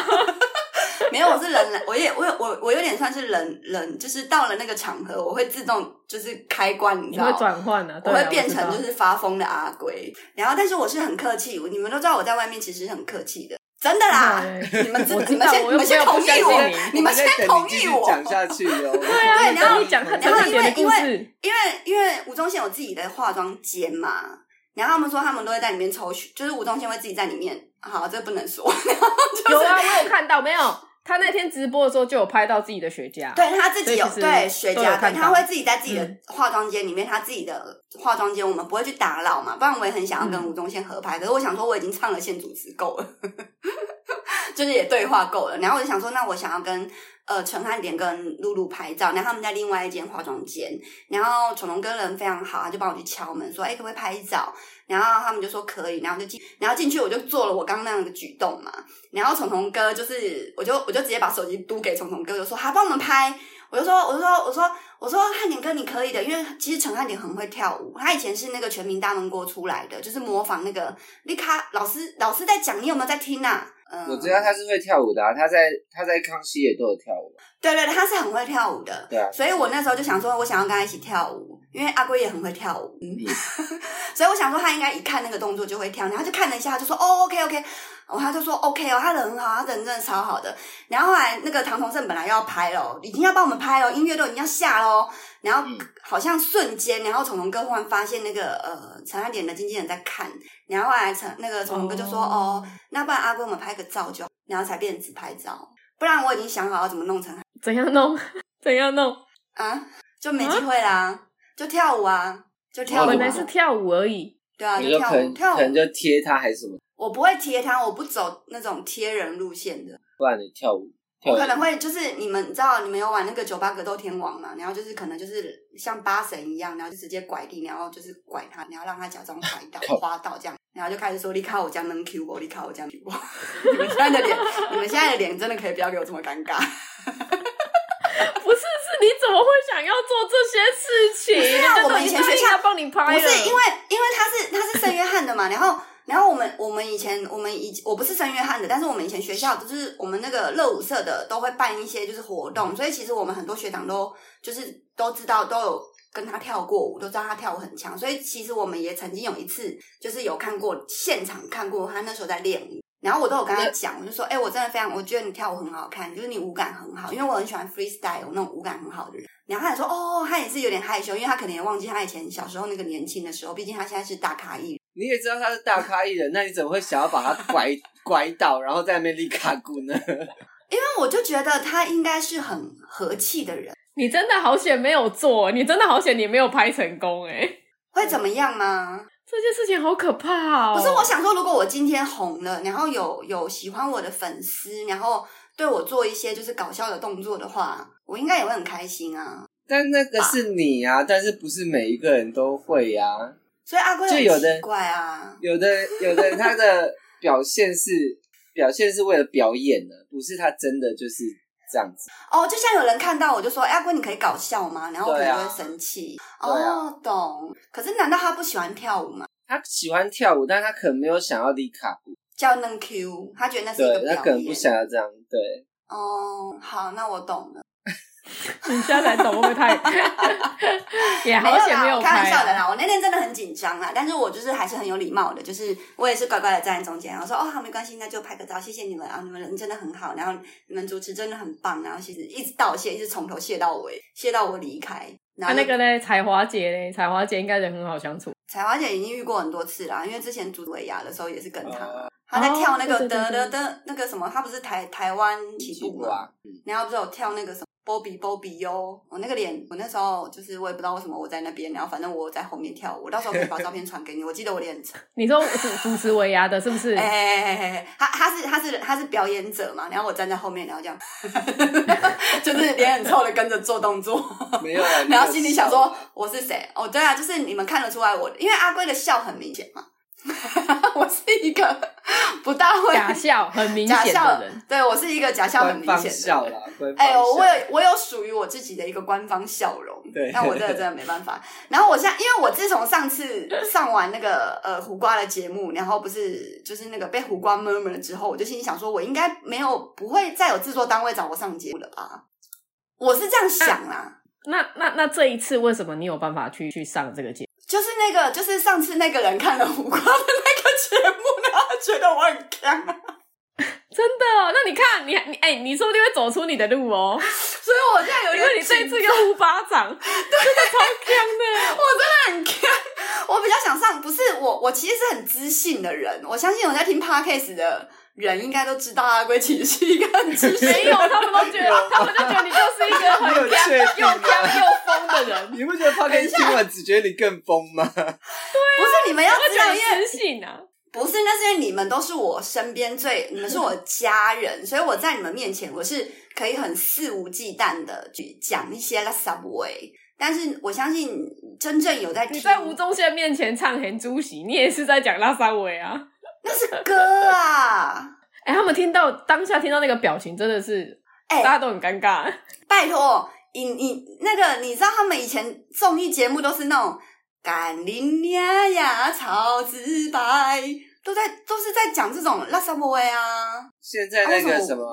Speaker 2: 没有，我是人来，我也我有我我有点算是人人，就是到了那个场合，我会自动就是开关，你
Speaker 1: 你
Speaker 2: 知道
Speaker 1: 会
Speaker 2: 吗？
Speaker 1: 转换的，
Speaker 2: 我
Speaker 1: 对啊
Speaker 2: 会变成
Speaker 1: 我
Speaker 2: 就
Speaker 1: 知道
Speaker 2: 是发疯的阿龟，然后但是我是很客气，你们都知道我在外面其实是很客气的，真的啦，
Speaker 1: 对
Speaker 2: 你们知
Speaker 1: 我知道
Speaker 2: 你们先
Speaker 1: 我又
Speaker 2: 你们
Speaker 1: 没有
Speaker 2: 先同
Speaker 1: 不相
Speaker 2: 意
Speaker 1: 信
Speaker 2: 我
Speaker 1: 你，
Speaker 2: 你们
Speaker 3: 在
Speaker 2: 先
Speaker 3: 等
Speaker 2: 同
Speaker 3: 继
Speaker 2: 意
Speaker 3: 续
Speaker 2: 我，
Speaker 3: 讲下去 哦。对
Speaker 1: 对啊，
Speaker 2: 然后
Speaker 1: 你讲看
Speaker 2: 然
Speaker 1: 陈
Speaker 2: 后
Speaker 1: 汉典的
Speaker 2: 因
Speaker 1: 故
Speaker 2: 为
Speaker 1: 事，
Speaker 2: 因为因为吴宗宪有自己的化妆间嘛，然后他们说他们都会在里面抽血，就是吴宗宪会自己在里面。好，这不能说。
Speaker 1: 有啊，我有看到没有？他那天直播的时候就有拍到自己的雪茄，
Speaker 2: 对他自己有
Speaker 1: 所以其实
Speaker 2: 对水
Speaker 1: 都有
Speaker 2: 家
Speaker 1: 看
Speaker 2: 对，
Speaker 1: 到
Speaker 2: 他会自己在自己的
Speaker 1: 嗯
Speaker 2: 化妆间里面，他自己的化妆间我们不会去打扰嘛，不然我也很想要跟
Speaker 1: 嗯
Speaker 2: 吴宗宪合拍。可是我想说我已经唱了线组织够了， 就是也对话够了，然后我就想说，那我想要跟呃陈汉典跟露露拍照，然后他们在另外一间化妆间，然后虫龙哥人非常好，他就帮我去敲门说，哎、可不可以拍照？然后他们就说可以，然后就进，然后进去我就做了我刚刚那样的举动嘛，然后虫虫哥就是，我就我就直接把手机嘟给虫虫哥，就说他帮我们拍。我就说，我就说，我说，我说，汉典哥你可以的，因为其实陈汉典很会跳舞，他以前是那个全民大闷锅出来的，就是模仿那个丽卡老师，老师在讲，你有没有在听啊？嗯，
Speaker 3: 我知道他是会跳舞的、啊，他在他在康熙也都有跳舞。
Speaker 2: 对对对，他是很会跳舞的，
Speaker 3: 对啊
Speaker 2: 所以我那时候就想说，我想要跟他一起跳舞，因为阿龟也很会跳舞，嗯， 所以我想说他应该一看那个动作就会跳，然后他就看了一下，他就说哦，OK OK，哦，他就说 OK 哦，他人很好，他人真的超好的。然后后来那个唐崇盛本来要拍了，哦已经要帮我们拍了，音乐都已经要下喽，然后
Speaker 3: 嗯
Speaker 2: 好像瞬间，然后虫虫哥忽然发现那个呃陈汉典的经纪人在看，然后后来陈那个虫虫哥就说哦，那不然阿龟我们拍个照就好，然后才变成自拍照。不然我已经想好要怎么弄成
Speaker 1: 怎样弄， 怎样弄，
Speaker 2: 啊，就没机会啦，就跳舞啊，就
Speaker 3: 哦
Speaker 2: 跳舞、啊。
Speaker 1: 本来是跳舞而已，
Speaker 2: 对啊，
Speaker 3: 你
Speaker 2: 就
Speaker 3: 就
Speaker 2: 跳
Speaker 3: 可
Speaker 2: 舞
Speaker 3: 能
Speaker 2: 跳
Speaker 3: 可能
Speaker 2: 舞。
Speaker 3: 就贴他还是什么，
Speaker 2: 我不会贴他，我不走那种贴人路线的。
Speaker 3: 不然你跳舞跳
Speaker 2: 我
Speaker 3: 舞
Speaker 2: 可能会就是你们你知道你们有玩那个酒吧格斗天王嘛？然后就是可能就是像八神一样，然后就直接拐地，然后就是拐他，然后让他假装滑倒
Speaker 3: 靠
Speaker 2: 滑倒这样，然后就开始说你看我家能 Q 我，你看我家 Q 我。 你们现在的脸，你们现在的脸真的可以不要给我这么尴尬。
Speaker 1: 不是，是你怎么会想要做这些事情？
Speaker 2: 不是啊
Speaker 1: 人家都
Speaker 2: 我们
Speaker 1: 已
Speaker 2: 以
Speaker 1: 经
Speaker 2: 前
Speaker 1: 答
Speaker 2: 学
Speaker 1: 应
Speaker 2: 校
Speaker 1: 他帮你拍
Speaker 2: 不
Speaker 1: 了，
Speaker 2: 是因为因为他是他是圣约翰的嘛，然 后然后我们我们以前我们以我不是圣约翰的，但是我们以前学校就是我们那个热舞社的都会办一些就是活动，所以其实我们很多学长都就是都知道都有跟他跳过舞，都知道他跳舞很强，所以其实我们也曾经有一次就是有看过现场看过他那时候在练舞。然后我都有跟他讲，我就说，哎、我真的非常，我觉得你跳舞很好看，就是你舞感很好，因为我很喜欢 freestyle 那种舞感很好的人。然后他也说，哦，他也是有点害羞，因为他可能也忘记他以前小时候那个年轻的时候，毕竟他现在是大咖艺人。
Speaker 3: 你也知道他是大咖艺人，那你怎么会想要把他拐拐倒，然后在那边立卡骨呢？
Speaker 2: 因为我就觉得他应该是很和气的人，
Speaker 1: 你真的好险没有做，你真的好险你没有拍成功、欸，哎，
Speaker 2: 会怎么样吗？
Speaker 1: 这件事情好可怕哦、
Speaker 2: 可是我想说，如果我今天红了，然后有有喜欢我的粉丝，然后对我做一些就是搞笑的动作的话，我应该也会很开心啊。
Speaker 3: 但那个是你啊，但是不是每一个人都会呀、啊？
Speaker 2: 所以阿龟
Speaker 3: 就
Speaker 2: 很
Speaker 3: 有的
Speaker 2: 奇怪啊，
Speaker 3: 有的有的人他的表现是表现是为了表演的，不是他真的就是这样子。
Speaker 2: 哦，就像有人看到我就说：“哎、阿龟，你可以搞笑吗？”然后我可
Speaker 3: 对啊
Speaker 2: 能就会生气。
Speaker 3: 对啊
Speaker 2: 哦，懂。可是难道他不喜欢跳舞吗？
Speaker 3: 他喜欢跳舞，但他可能没有想要立卡骨，
Speaker 2: 叫嫩 Q，他觉得那是一
Speaker 3: 对
Speaker 2: 个表演。
Speaker 3: 他可能不想要这样，对。
Speaker 2: 哦，好，那我懂了。
Speaker 1: 你现在才懂会不 会太，也哎好
Speaker 2: 有
Speaker 1: 险
Speaker 2: 啦，
Speaker 1: 有
Speaker 2: 我开玩
Speaker 1: 拍
Speaker 2: 笑的
Speaker 1: 啊、
Speaker 2: 啦。我那天真的很紧张啦，但是我就是还是很有礼貌的，就是我也是乖乖的站在中间，然后说哦好，没关系，那就拍个照，谢谢你们啊，你们人真的很好，然后你们主持真的很棒，然后其实一直道谢，一直从头谢到尾，谢到我离开。然
Speaker 1: 啊，
Speaker 2: 后
Speaker 1: 那个嘞，彩华姐嘞，彩华姐应该人很好相处，
Speaker 2: 彩华姐已经遇过很多次啦，因为之前组尾牙的时候也是跟她，
Speaker 3: 哦
Speaker 2: 她在跳那
Speaker 1: 哦
Speaker 2: 个
Speaker 1: 对对
Speaker 2: 得
Speaker 1: 对
Speaker 2: 得得那个什么，她不是台台湾起
Speaker 3: 起
Speaker 2: 步
Speaker 3: 步
Speaker 2: 嘛，
Speaker 3: 啊，嗯
Speaker 2: 然后不是有跳那个什么。波比波比哟，我那个脸，我那时候就是我也不知道为什么我在那边，然后反正我在后面跳舞，我到时候可以把照片传给你。我记得我脸很丑，
Speaker 1: 你说主主持尾牙的是不是？
Speaker 2: 哎哎哎哎，哎他他是他是他是表演者嘛，然后我站在后面，然后这样， 就是脸很臭的跟着做动 作。
Speaker 3: 没有啊，你
Speaker 2: 然后心
Speaker 3: 有
Speaker 2: 里想
Speaker 3: 笑
Speaker 2: 说
Speaker 3: 啊，
Speaker 2: 我是谁？哦，对啊，就是你们看得出来我，因为阿龟的笑很明显嘛， 我是一个不大会
Speaker 1: 假笑很明
Speaker 2: 假
Speaker 1: 显
Speaker 2: 笑
Speaker 1: 的人，，
Speaker 2: 对我是一个假笑很
Speaker 3: 官
Speaker 2: 明
Speaker 3: 方
Speaker 2: 显的
Speaker 3: 笑
Speaker 2: 人。
Speaker 3: 啦，官方
Speaker 2: 哎呦，我
Speaker 3: 笑
Speaker 2: 有我有属于我自己的一个官方笑容，
Speaker 3: 对
Speaker 2: 但我这个真的没办法。然后我现在，因为我自从上 次上完那个呃胡瓜的节目，然后不是就是那个被胡瓜 murmur 了之后，我就心里想说，我应该没有不会再有制作单位找我上节目了吧？我是这样想啦、
Speaker 1: 那那那这一次为什么你有办法去去上这个节目？
Speaker 2: 就是那个，就是上次那个人看了胡瓜的那个节目，然后他觉得我很强，
Speaker 1: 真的哦，那你看你你哎、你说不定会走出你的路哦，
Speaker 2: 所以我现在有
Speaker 1: 因为
Speaker 2: 点
Speaker 1: 你这
Speaker 2: 紧
Speaker 1: 一次又五巴掌，真的超强的。
Speaker 2: 很 强。我比较想上，不是我，我其实是很知性的人，我相信有在听 podcast 的人应该都知道阿龟其实是一个很知性的
Speaker 1: 没有，
Speaker 2: 人。
Speaker 1: 他们都觉得，他们就觉得你就是一个
Speaker 3: 你有
Speaker 1: 很
Speaker 3: 确
Speaker 1: 强
Speaker 3: 定
Speaker 1: 又
Speaker 3: 吗
Speaker 1: 强又疯的人，
Speaker 3: 你不觉得 p o d 听完只觉得你更疯吗？
Speaker 2: 不是你们要
Speaker 1: 他们
Speaker 2: 知
Speaker 1: 觉
Speaker 2: 道，
Speaker 1: 得
Speaker 2: 因
Speaker 1: 你
Speaker 2: 为
Speaker 1: 自信啊。
Speaker 2: 不是，那是因为你们都是我身边最，你们是我家人，所以我在你们面前我是可以很肆无忌惮的去讲一些 subway。但是我相信真正有在听，
Speaker 1: 你在吴宗宪面前唱《很猪喜》，你也是在讲拉萨维啊。
Speaker 2: 那是歌啊！
Speaker 1: 哎、他们听到当下听到那个表情，真的是
Speaker 2: 哎、
Speaker 1: 大家都很尴尬。
Speaker 2: 拜托，你你那个，你知道他们以前综艺节目都是那种“甘霖呀呀草自白”，都在都是在讲这种拉萨波威啊。
Speaker 3: 现在那个什么，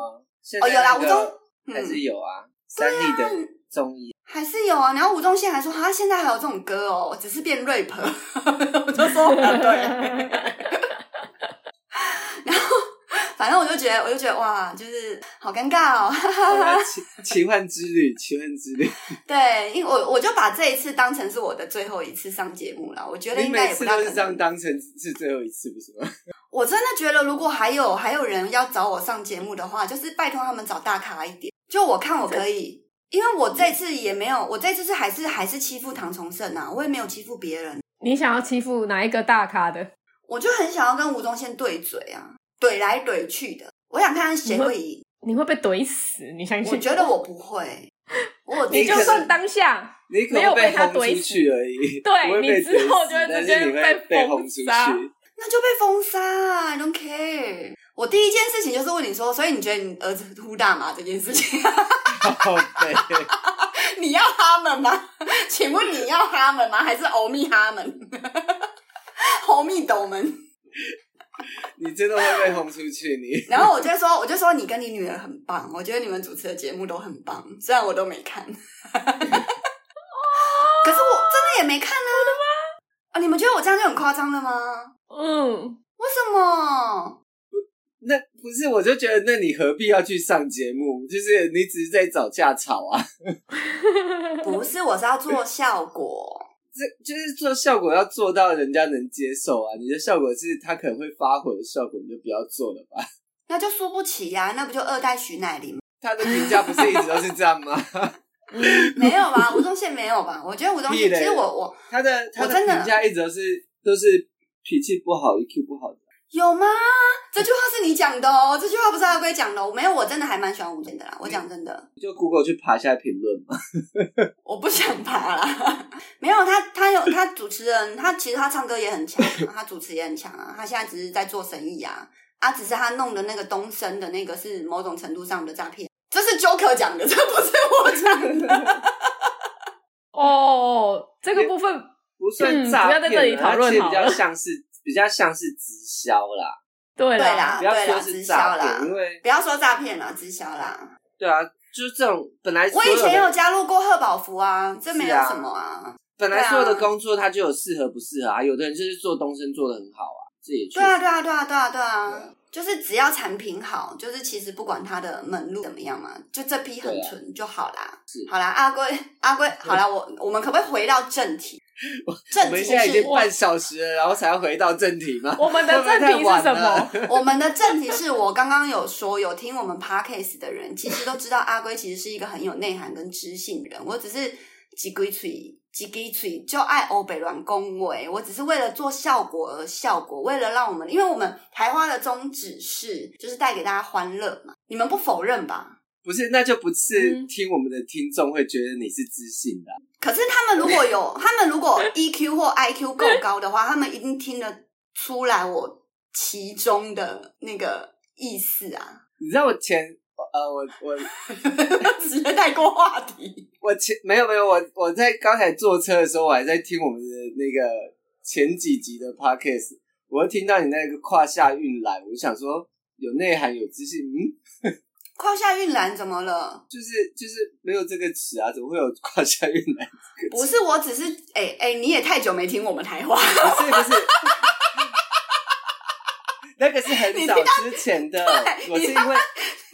Speaker 3: 现在
Speaker 2: 哦，有啦，
Speaker 3: 那
Speaker 2: 吴
Speaker 3: 个
Speaker 2: 宗，
Speaker 3: 还是
Speaker 2: 嗯，
Speaker 3: 有啊，三立的综艺，
Speaker 2: 还是有啊。然后吴宗宪还说，他现在还有这种歌哦，只是变 rap。我就说，啊对。然后， 反正我就觉得，我就觉得哇，就是好尴尬哦。
Speaker 3: 好啦奇奇幻之旅，奇幻之旅，
Speaker 2: 对，因为我我就把这一次当成是我的最后一次上节目了，我觉得
Speaker 3: 你
Speaker 2: 应该
Speaker 3: 每
Speaker 2: 也不
Speaker 3: 次
Speaker 2: 大
Speaker 3: 都
Speaker 2: 可
Speaker 3: 是这样
Speaker 2: 能。
Speaker 3: 当成是最后一次，不是吗？
Speaker 2: 我真的觉得，如果还有还有人要找我上节目的话，就是拜托他们找大咖一点。就我看我可以，因为我这次也没有，我这次是还是还是欺负唐崇盛啊，我也没有欺负别人，
Speaker 1: 你想要欺负哪一个大咖的？
Speaker 2: 我就很想要跟吴宗宪对嘴啊，怼来怼去的。我想看看谁会赢，
Speaker 1: 你会被怼死，你相信？
Speaker 2: 我觉得我不会，我
Speaker 1: 你就
Speaker 3: 可能
Speaker 1: 算当下，
Speaker 3: 你可
Speaker 1: 没有
Speaker 3: 能
Speaker 1: 被他
Speaker 3: 轰
Speaker 1: 怼
Speaker 3: 出去而已，
Speaker 1: 对
Speaker 3: 不会被
Speaker 1: 你之后
Speaker 3: 怼死
Speaker 1: 就会直
Speaker 3: 但是
Speaker 1: 接
Speaker 3: 你
Speaker 1: 被
Speaker 3: 会被
Speaker 1: 封
Speaker 3: 轰出
Speaker 1: 杀
Speaker 3: 去。
Speaker 2: 那就被封杀啊，I don't care。我第一件事情就是问你说，所以你觉得你儿子 呼大麻这件事情，
Speaker 3: 好悲，
Speaker 2: 你要哈们吗？ 请问你要哈们吗？还是欧密哈们？ 欧密斗们？
Speaker 3: 你真的会被轰出去，你
Speaker 2: 然后我就说，我就说你跟你女儿很棒，我觉得你们主持的节目都很棒，虽然我都没看， 可是我真的也没看啊。啊，你们觉得我这样就很夸张了吗？
Speaker 1: 嗯，
Speaker 2: 为什么？
Speaker 3: 那不是，我就觉得那你何必要去上节目？就是你只是在找架吵啊。
Speaker 2: 不是，我是要做效果。
Speaker 3: 这就是做效果要做到人家能接受啊！你的效果是他可能会发火的效果，你就不要做了吧。
Speaker 2: 那就输不起呀、那不就二代徐乃麟吗？
Speaker 3: 他的评价不是一直都是这样吗？
Speaker 2: 没有吧？吴宗宪没有吧？我觉得吴宗
Speaker 3: 屁
Speaker 2: 宪，
Speaker 3: 嘞
Speaker 2: 其实我我
Speaker 3: 他的他
Speaker 2: 我真的
Speaker 3: 评价一直都是都是脾气不好，EQ 不好的。
Speaker 2: 有吗？这句话是你讲的哦，这句话不是阿龟讲的、哦。没有，我真的还蛮喜欢吴宗宪的啦。我讲真的，
Speaker 3: 你就 Google 去爬一下评论嘛。
Speaker 2: 我不想爬啦。 没有他，他有他主持人，他其实他唱歌也很强、啊，他主持也很强啊。他现在只是在做生意啊，啊，只是他弄的那个东升的那个是某种程度上的诈骗。这是 Joker 讲的，这不是我讲 的。
Speaker 1: 哦，这个部分
Speaker 3: 不算
Speaker 1: 嗯不
Speaker 3: 诈骗、
Speaker 1: 要
Speaker 3: 啊，
Speaker 1: 在这里讨论
Speaker 3: 它其实
Speaker 1: 好
Speaker 3: 比
Speaker 1: 了
Speaker 3: 较像是比较像是直销啦，
Speaker 1: 对
Speaker 2: 对啦
Speaker 1: 啦，
Speaker 3: 不要
Speaker 2: 啊对啦
Speaker 3: 说
Speaker 2: 直
Speaker 3: 是
Speaker 2: 销
Speaker 3: 诈
Speaker 2: 啦
Speaker 3: 骗，因为
Speaker 2: 不要说诈骗啦，直销啦。
Speaker 3: 对啊，就是这种本来
Speaker 2: 我
Speaker 3: 所
Speaker 2: 以
Speaker 3: 的
Speaker 2: 前有加入过贺宝福啊，这没有
Speaker 3: 是啊
Speaker 2: 什么啊。
Speaker 3: 本来
Speaker 2: 对啊
Speaker 3: 所有的工作它就有适合不适合啊，有的人就是做东升做的很好啊，这也确
Speaker 2: 对啊，
Speaker 3: 实
Speaker 2: 对啊，对啊，对啊，对
Speaker 3: 对
Speaker 2: 啊
Speaker 3: 啊，
Speaker 2: 就是只要产品好，就是其实不管它的门路怎么样嘛，就这批很纯就好啦
Speaker 3: 啊是。
Speaker 2: 好啦，阿龟，阿龟，好啦，我我们可不可以回到正题？
Speaker 3: 我
Speaker 2: 正
Speaker 3: 们
Speaker 2: 题
Speaker 3: 现在已经
Speaker 2: 是，
Speaker 3: 半小时了，然后才要回到正题吗？
Speaker 1: 我们的正题是什么？
Speaker 2: 我们的正题是我刚刚有说，有听我们 podcast 的人，其实都知道阿龟其实是一个很有内涵跟知性的人。我只是几龟嘴几龟嘴就爱欧北乱恭维，我只是为了做效果而效果，为了让我们，因为我们台花的宗旨是就是带给大家欢乐嘛，你们不否认吧？
Speaker 3: 不是，那就不是
Speaker 1: 嗯
Speaker 3: 听我们的听众会觉得你是知性的啊、
Speaker 2: 可是他们如果有，他们如果 EQ 或 IQ 够高的话，他们一定听得出来我其中的那个意思啊。
Speaker 3: 你知道我前呃，我我
Speaker 2: 直接带过话题，
Speaker 3: 我前没有没有，我我在刚才坐车的时候，我还在听我们的那个前几集的 podcast，我又听到你那个胯下运来，我就想说有内涵有知性，嗯，
Speaker 2: 胯下运篮怎么了？
Speaker 3: 就是就是没有这个词啊，怎么会有胯下运来？
Speaker 2: 不是，我只是哎哎、你也太久没听我们台话，
Speaker 3: 不是不是， 那个是很早之前的
Speaker 2: 你。听到
Speaker 3: 我是因为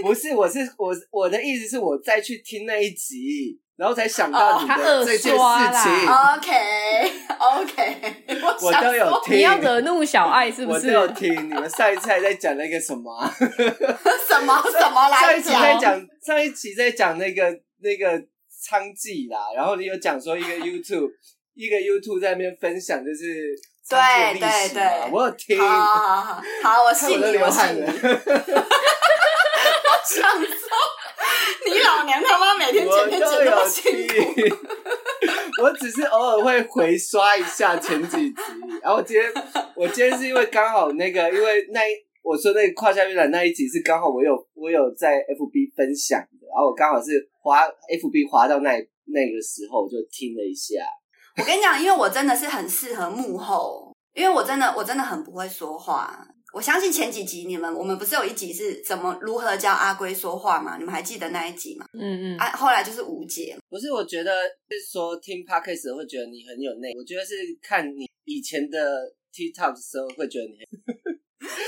Speaker 3: 不是，我是我我的意思是我再去听那一集，然后才想到
Speaker 1: 哦
Speaker 3: 你
Speaker 1: 他二
Speaker 3: 的这件事
Speaker 1: 刷啦
Speaker 3: 情，
Speaker 2: OK OK，
Speaker 3: 我
Speaker 2: 哦想
Speaker 3: 都有
Speaker 2: 说
Speaker 1: 你
Speaker 3: 听。
Speaker 1: 要惹怒小爱是不
Speaker 3: 我都
Speaker 1: 是？
Speaker 3: 有听你们上一次还在讲那个什么 啊、
Speaker 2: 什么什么
Speaker 3: 上
Speaker 2: 来
Speaker 3: 一集在
Speaker 2: 讲？
Speaker 3: 讲上一集在讲那个那个娼妓啦，然后你有 讲说一个 YouTube 一个 YouTube 在那边分享就是娼妓的历
Speaker 2: 对
Speaker 3: 史
Speaker 2: 对
Speaker 3: 嘛
Speaker 2: 对
Speaker 3: 我有听，
Speaker 2: 好好好好好，我
Speaker 3: 看
Speaker 2: 信
Speaker 3: 我都
Speaker 2: 你，我
Speaker 3: 流
Speaker 2: 信
Speaker 3: 汗
Speaker 2: 你。
Speaker 3: 了。
Speaker 2: 想说，你老娘他妈每天
Speaker 3: 我
Speaker 2: 剪片
Speaker 3: 都
Speaker 2: 剪那么
Speaker 3: 有
Speaker 2: 辛
Speaker 3: 听
Speaker 2: 苦，，
Speaker 3: 我只是偶尔会回刷一下前几集。然后我今天，我今天是因为刚好那个，因为那一我说那个胯下阅览那一集是刚好我有我有在 FB 分享的，然后我刚好是滑 FB 滑到那一那个时候，我就听了一下。
Speaker 2: 我跟你讲，因为我真的是很适合幕后，因为我真的我真的很不会说话。我相信前几集你们，我们不是有一集是怎么如何教阿龟说话吗？你们还记得那一集吗？
Speaker 1: 嗯嗯，
Speaker 2: 啊，后来就是无解，
Speaker 3: 不是，我觉得就是说听 podcast 的会觉得你很有内，我觉得是看你以前的 TikTok 的时候会觉得你很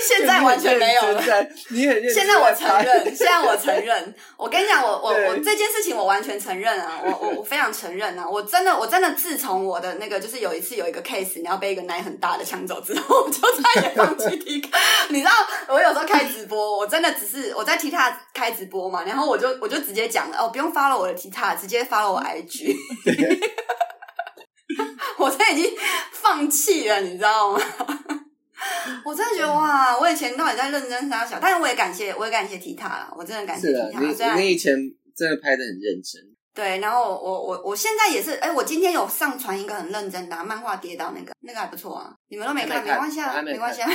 Speaker 2: 现在完全没有了。
Speaker 3: 你很认真在，你很认真
Speaker 2: 现在我
Speaker 3: 在
Speaker 2: 承
Speaker 3: 拍
Speaker 2: 认，现在我承认。我跟你讲，我我
Speaker 3: 对
Speaker 2: 我这件事情我完全承认啊，我我我非常承认啊，我真的我真的自从我的那个就是有一次有一个 case，你要被一个奶很大的抢走之后，我就再也放弃 T 卡。 你知道，我有时候开直播，我真的只是我在 T 卡开直播嘛，然后我就我就直接讲了哦，不用 follow 我的 T 卡，直接 follow 我 IG。我现在已经放弃了，你知道吗？我真
Speaker 3: 嗯
Speaker 2: 的觉得哇，我以前到底在认真撒小，但是我也感谢，我也感谢提塔啦，我真的感谢
Speaker 3: 是
Speaker 2: 提
Speaker 3: 啊，
Speaker 2: 塔。虽然
Speaker 3: 你你以前真的拍的很认真，
Speaker 2: 对，然后我我我现在也是，哎，我今天有上传一个很认真的、啊、漫画跌倒那个，那个还不错啊，你们都没
Speaker 3: 还没
Speaker 2: 看，没
Speaker 3: 看
Speaker 2: 关系
Speaker 3: 我
Speaker 2: 啊，
Speaker 3: 还没
Speaker 2: 没关系啊，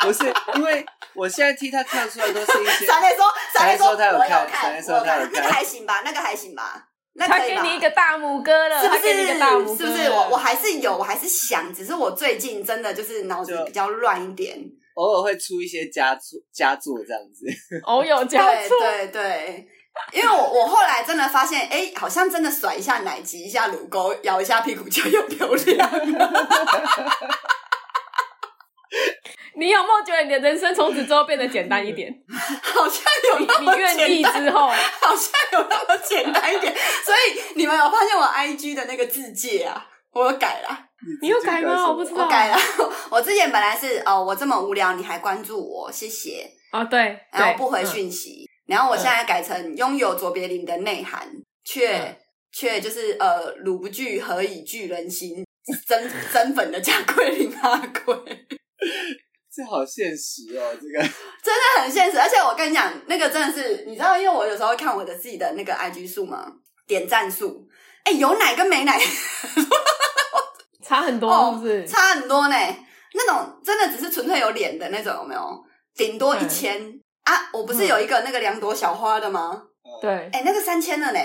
Speaker 3: 不是因为我现在替他跳出来都是一些，
Speaker 2: 闪雷说，闪雷
Speaker 3: 闪雷说他有
Speaker 2: 我有
Speaker 3: 看闪
Speaker 2: 看，
Speaker 3: 雷
Speaker 2: 我
Speaker 3: 说他有
Speaker 2: 那个
Speaker 3: 看
Speaker 2: 还行吧，那个还行吧，那
Speaker 1: 他
Speaker 2: 可以
Speaker 1: 给
Speaker 2: 吧？
Speaker 1: 你一个大拇哥了，
Speaker 2: 是不
Speaker 1: 他给你一个大拇
Speaker 2: 是？
Speaker 1: 哥
Speaker 2: 是不是
Speaker 1: 了
Speaker 2: 我我还是有，我还是想，只是我最近真的就是脑子
Speaker 3: 就
Speaker 2: 比较乱一点。
Speaker 3: 偶尔会出一些佳作佳作这样子。
Speaker 1: 偶哦有加
Speaker 2: 对
Speaker 1: 醋？
Speaker 2: 对对，因为我我后来真的发现，哎、好像真的甩一下奶，挤一下乳沟，摇一下屁股就有流 量了。
Speaker 1: 你有没有觉得你的人生从此之后变得简单 一点？
Speaker 2: 好像有
Speaker 1: 你
Speaker 2: 那
Speaker 1: 你
Speaker 2: 么
Speaker 1: 愿
Speaker 2: 简
Speaker 1: 意
Speaker 2: 单，
Speaker 1: 之后，
Speaker 2: 好像有那么简单一点。所以你们有发现我 IG 的那个字界啊，我有改了。
Speaker 1: 你有
Speaker 3: 自己
Speaker 1: 改吗
Speaker 3: 什么
Speaker 1: 我不知道
Speaker 2: 我改了，我之前本来是哦，我这么无聊，你还关注我，谢谢。
Speaker 1: 哦对，
Speaker 2: 然后
Speaker 1: 对
Speaker 2: 不回。
Speaker 1: 嗯
Speaker 2: 讯息，然后我现在改成拥有卓别林的内涵，却、
Speaker 3: 嗯
Speaker 2: 却就是呃，鲁不惧何以惧人心，真真粉的贾 桂林阿贵，
Speaker 3: 这好现实哦，这个
Speaker 2: 这很现实。而且我跟你讲，那个真的是，你知道，因为我有时候会看我的自己的那个 IG 数嘛，点赞数，哎，有奶跟没奶
Speaker 1: 嗯差很多
Speaker 2: 哦
Speaker 1: 是不是？
Speaker 2: 差很多呢。那种真的只是纯粹有脸的那种，有没有？顶多一
Speaker 1: 嗯
Speaker 2: 千啊！我不是有一个那个两朵小花的吗？
Speaker 1: 对，
Speaker 2: 哎、那个三千了呢。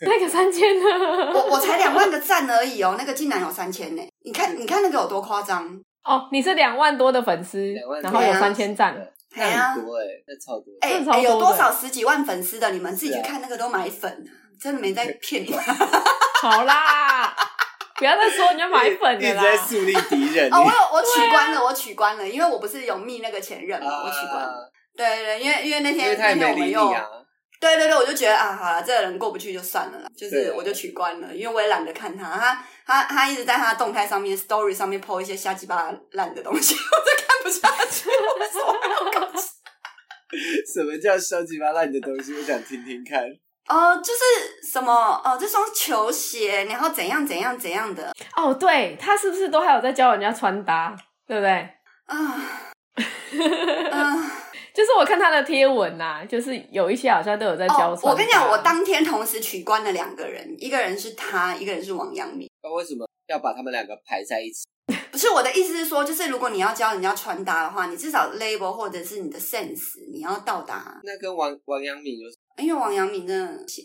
Speaker 1: 那个三千呢？
Speaker 2: 我我才两万个赞而已哦，那 个竟然有三千呢！你看，你看那个有多夸张？
Speaker 1: 哦，你是两万多的粉丝
Speaker 3: 两万，多
Speaker 1: 然后有
Speaker 2: 对啊
Speaker 1: 三千赞，
Speaker 2: 哎呀
Speaker 3: 那很多哎，那超多。
Speaker 2: 哎、
Speaker 1: 真的超
Speaker 2: 哎、有
Speaker 1: 多的
Speaker 2: 多少十几万粉丝的？你们自己去
Speaker 3: 是啊
Speaker 2: 看那个都买粉啊，真的 没在骗你们。 哦
Speaker 1: 好啦，不要再说你要买粉
Speaker 3: 一
Speaker 1: 的
Speaker 3: 直
Speaker 1: 啦。
Speaker 3: 在树立敌人。
Speaker 2: 哎哦，我有我
Speaker 1: 啊
Speaker 2: 取关了，我取关了，因为我不是有密那个前任嘛，
Speaker 3: 啊
Speaker 2: 我取关了。对对，因为因为那
Speaker 3: 因
Speaker 2: 天
Speaker 3: 为他
Speaker 2: 那
Speaker 3: 也
Speaker 2: 天
Speaker 3: 没
Speaker 2: 我们
Speaker 3: 理你
Speaker 2: 又
Speaker 3: 啊。
Speaker 2: 对对对，我就觉得啊，好了，这个人过不去就算了啦，就
Speaker 3: 对
Speaker 2: 是
Speaker 3: 啊
Speaker 2: 我就取关了，因为我也懒得看他，他他他一直在他的动态上面、story 上面 po 一些瞎鸡巴烂的东西， 我就看不下去，我说
Speaker 3: 什么叫收集八烂的东西？我想听听看。
Speaker 2: 哦，就是什么哦，这双球鞋，然后怎样怎样怎样的
Speaker 1: 哦，对他是不是都还有在教人家穿搭，对不对？
Speaker 2: 啊。嗯，
Speaker 1: 就是我看他的贴文呐、就是有一些好像都有在教穿
Speaker 2: 哦，
Speaker 1: 搭、
Speaker 2: 我跟你讲，我当天同时取关了两个人，一个人是他，一个人是王阳明。
Speaker 3: 那为什么要把他们两个排在一起？
Speaker 2: 不是我的意思是说，就是如果你要教人家穿搭的话，你至少 label 或者是你的 sense 你要到达，
Speaker 3: 那跟王王阳明有什
Speaker 2: 因为王阳明真的不行。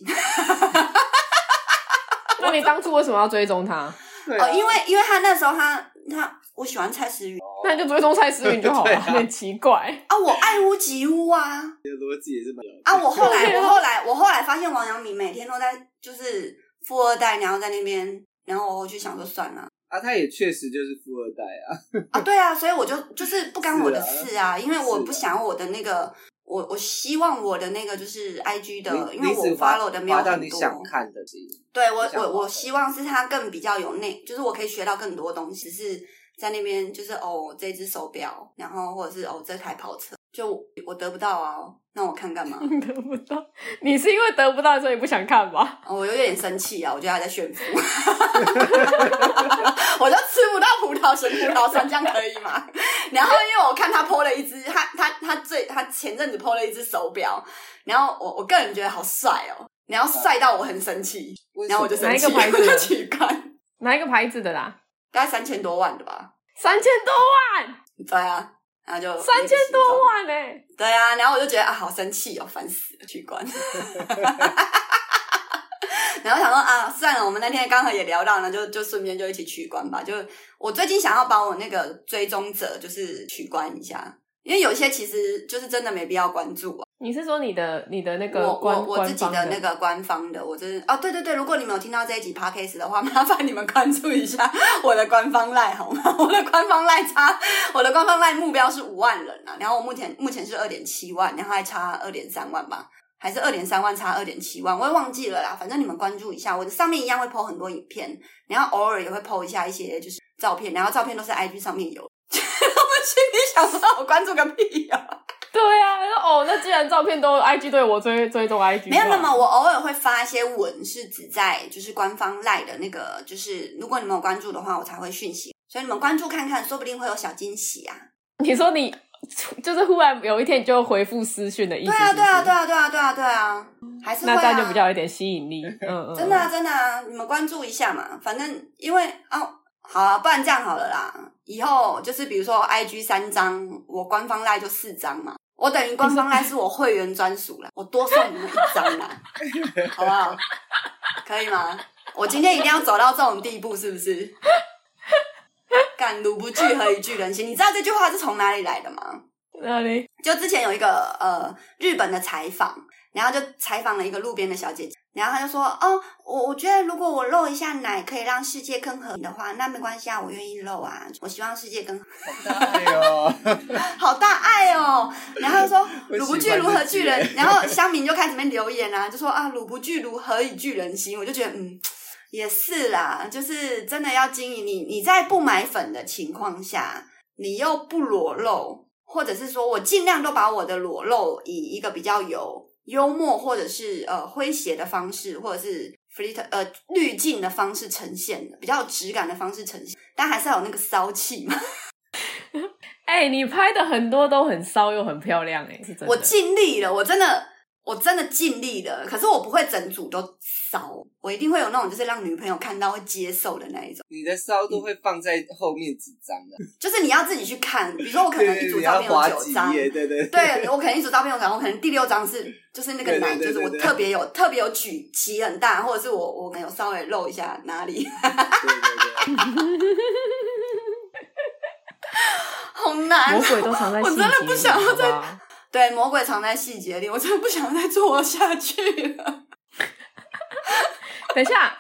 Speaker 1: 那你当初为什么要追踪他？
Speaker 3: 对啊
Speaker 2: 哦，因为因为他那时候他他我喜欢蔡思雨
Speaker 1: 那你就追踪蔡思韵就好
Speaker 3: 对
Speaker 1: 了，
Speaker 3: 啊
Speaker 1: 很奇怪。
Speaker 2: 啊，我爱屋及乌啊
Speaker 3: 逻辑也是蛮有
Speaker 2: 啊！我后来
Speaker 1: 对啊
Speaker 2: 我后来我后来发现王阳明每天都在就是富二代，然后在那边，然后我就想说算 了
Speaker 3: 啊，他也确实就是富二代啊。
Speaker 2: 啊，对啊，所以我就就是不干我的
Speaker 3: 是啊
Speaker 2: 事啊，因为我
Speaker 3: 是啊
Speaker 2: 不想我的那个。我我希望我的那个就是 I G 的，
Speaker 3: 你
Speaker 2: 因为
Speaker 3: 你
Speaker 2: 我
Speaker 3: 只滑
Speaker 2: follow 的没有
Speaker 3: 滑
Speaker 2: 很多。
Speaker 3: 到你想看的这一
Speaker 2: 对我
Speaker 3: 你想
Speaker 2: 我
Speaker 3: 滑
Speaker 2: 我
Speaker 3: 的
Speaker 2: 希望是它更比较有内，就是我可以学到更多东西，是在那边就是哦这只手表，然后或者是哦这台跑车，就我我得不到啊，那我看干嘛？
Speaker 1: 得不到，你是因为得不到所以不想看吧？
Speaker 2: 哦我有点生气啊，我觉得他在炫富， 我就吃不到葡萄神葡萄酸，这样可以吗？ 然后因为我看他 PO 了一只，他他他最他前阵子 PO 了一只手表，然后我我个人觉得好帅哦，然后帅到我很生气，
Speaker 3: 为什么
Speaker 2: 然后我就生气，
Speaker 1: 哪一个牌子
Speaker 2: 我就取关。
Speaker 1: 哪一个牌子的啦？
Speaker 2: 大概三千多万的吧。
Speaker 1: 三千多万，
Speaker 2: 对啊，然后就
Speaker 1: 三千多。万呢、欸
Speaker 2: 对啊，然后我就觉得啊，好生气哦，烦死了，取关。 然后想说啊，算了，我们那天刚好也聊到呢，就就顺便就一起取关吧。就我最近想要把我那个追踪者就是取关一下，因为有些其实就是真的没必要关注啊。
Speaker 1: 你是说你的你的那个
Speaker 2: 我我
Speaker 1: 官
Speaker 2: 我自己
Speaker 1: 官方的
Speaker 2: 那个官方的，我真哦对对对，如果你们有听到这一集 podcast 的话， 麻烦你们关注一下我的官方赖好吗？我的官方赖差，我的官方赖目标是五万人啊，然后我目前目前是二点七万，然后还差二点三万吧，还是二点三万差二点七万，我也忘记了啦。反正你们关注一下，我的上面一样会 PO 很多影片，然后偶尔也会 PO 一下一些就是照片，然后照片都是 IG 上面有。 我心里想说，我关注个屁呀、
Speaker 1: 对啊，那哦，那既然照片都 IG 对我追追踪 IG，
Speaker 2: 没有那
Speaker 1: 那
Speaker 2: 么，我偶尔会发一些文，是只在就是官方赖的那个，就是如果你们有关注的话，我才会讯息。所以你们关注看看，说不定会有小惊喜啊！
Speaker 1: 你说你就是忽然有一天你就回复私讯的意
Speaker 2: 对
Speaker 1: 思
Speaker 2: 啊，对啊，对
Speaker 1: 啊，
Speaker 2: 啊，对啊，对啊，对啊，还是会
Speaker 1: 那
Speaker 2: 啊，
Speaker 1: 这样就比较有点吸引力，嗯嗯，
Speaker 2: 真的啊，真的啊，你们关注一下嘛。反正因为啊，好啊，不然这样好了啦。以后就是比如说 I G 三张，我官方赖就四张嘛。我等于官方赖是我会员专属啦，我多送你们一张 啦，好不好？可以吗？我今天一定要走到这种地步，是不是？敢鲁不惧何以惧人心？你知道这句话是从哪里来的吗？
Speaker 1: 那你
Speaker 2: 就之前有一个呃日本的采访，然后就采访了一个路边的小姐姐，然后她就说：“哦，我我觉得如果我露一下奶可以让世界更和平的话，那没关系啊，我愿意露啊，我希望世界更
Speaker 3: 哎呦，
Speaker 2: 好大爱哦。”然后她说：“
Speaker 3: 我喜欢
Speaker 2: 鲁不惧如何惧
Speaker 3: 自
Speaker 2: 人
Speaker 3: 己？”
Speaker 2: 然后乡民就开始在那边留言啊，就说：“啊，鲁不惧如何以惧人心？”我就觉得嗯。也是啦，就是真的要经营你，你在不买粉的情况下，你又不裸露，或者是说我尽量都把我的裸露以一个比较有幽默或者是呃诙谐的方式，或者是 flit 呃滤镜的方式呈现的，比较有质感的方式呈现，但还是要有那个骚气嘛。
Speaker 1: 哎、你拍的很多都很骚又很漂亮、哎，是真的。
Speaker 2: 我尽力了，我真的。我真的尽力了，可是我不会整组都骚，我一定会有那种就是让女朋友看到会接受的那一种，
Speaker 3: 你的骚都会放在后面几张的，
Speaker 2: 就是你要自己去看，比如说我可
Speaker 3: 对
Speaker 2: 能一
Speaker 3: 对对，
Speaker 2: 组
Speaker 3: 你
Speaker 2: 照
Speaker 3: 要
Speaker 2: 片
Speaker 3: 滑
Speaker 2: 有九
Speaker 3: 几
Speaker 2: 张，
Speaker 3: 页，对对
Speaker 2: 对我可能一组照片有讲，我可能第六张是就是那个
Speaker 3: 对对
Speaker 2: 奶，就
Speaker 3: 对
Speaker 2: 是我
Speaker 3: 对对
Speaker 2: 特别有特别有举起很大，或者是我我可能有稍微露一下哪里，
Speaker 3: 对对对，
Speaker 2: 好难
Speaker 1: 魔。鬼都藏在
Speaker 2: 我
Speaker 1: 细节
Speaker 2: 真
Speaker 1: 里，
Speaker 2: 的不想要
Speaker 1: 好
Speaker 2: 再
Speaker 1: 不好
Speaker 2: 对，魔鬼藏在细节里，我真的不想再做下去了。
Speaker 1: 等一 下，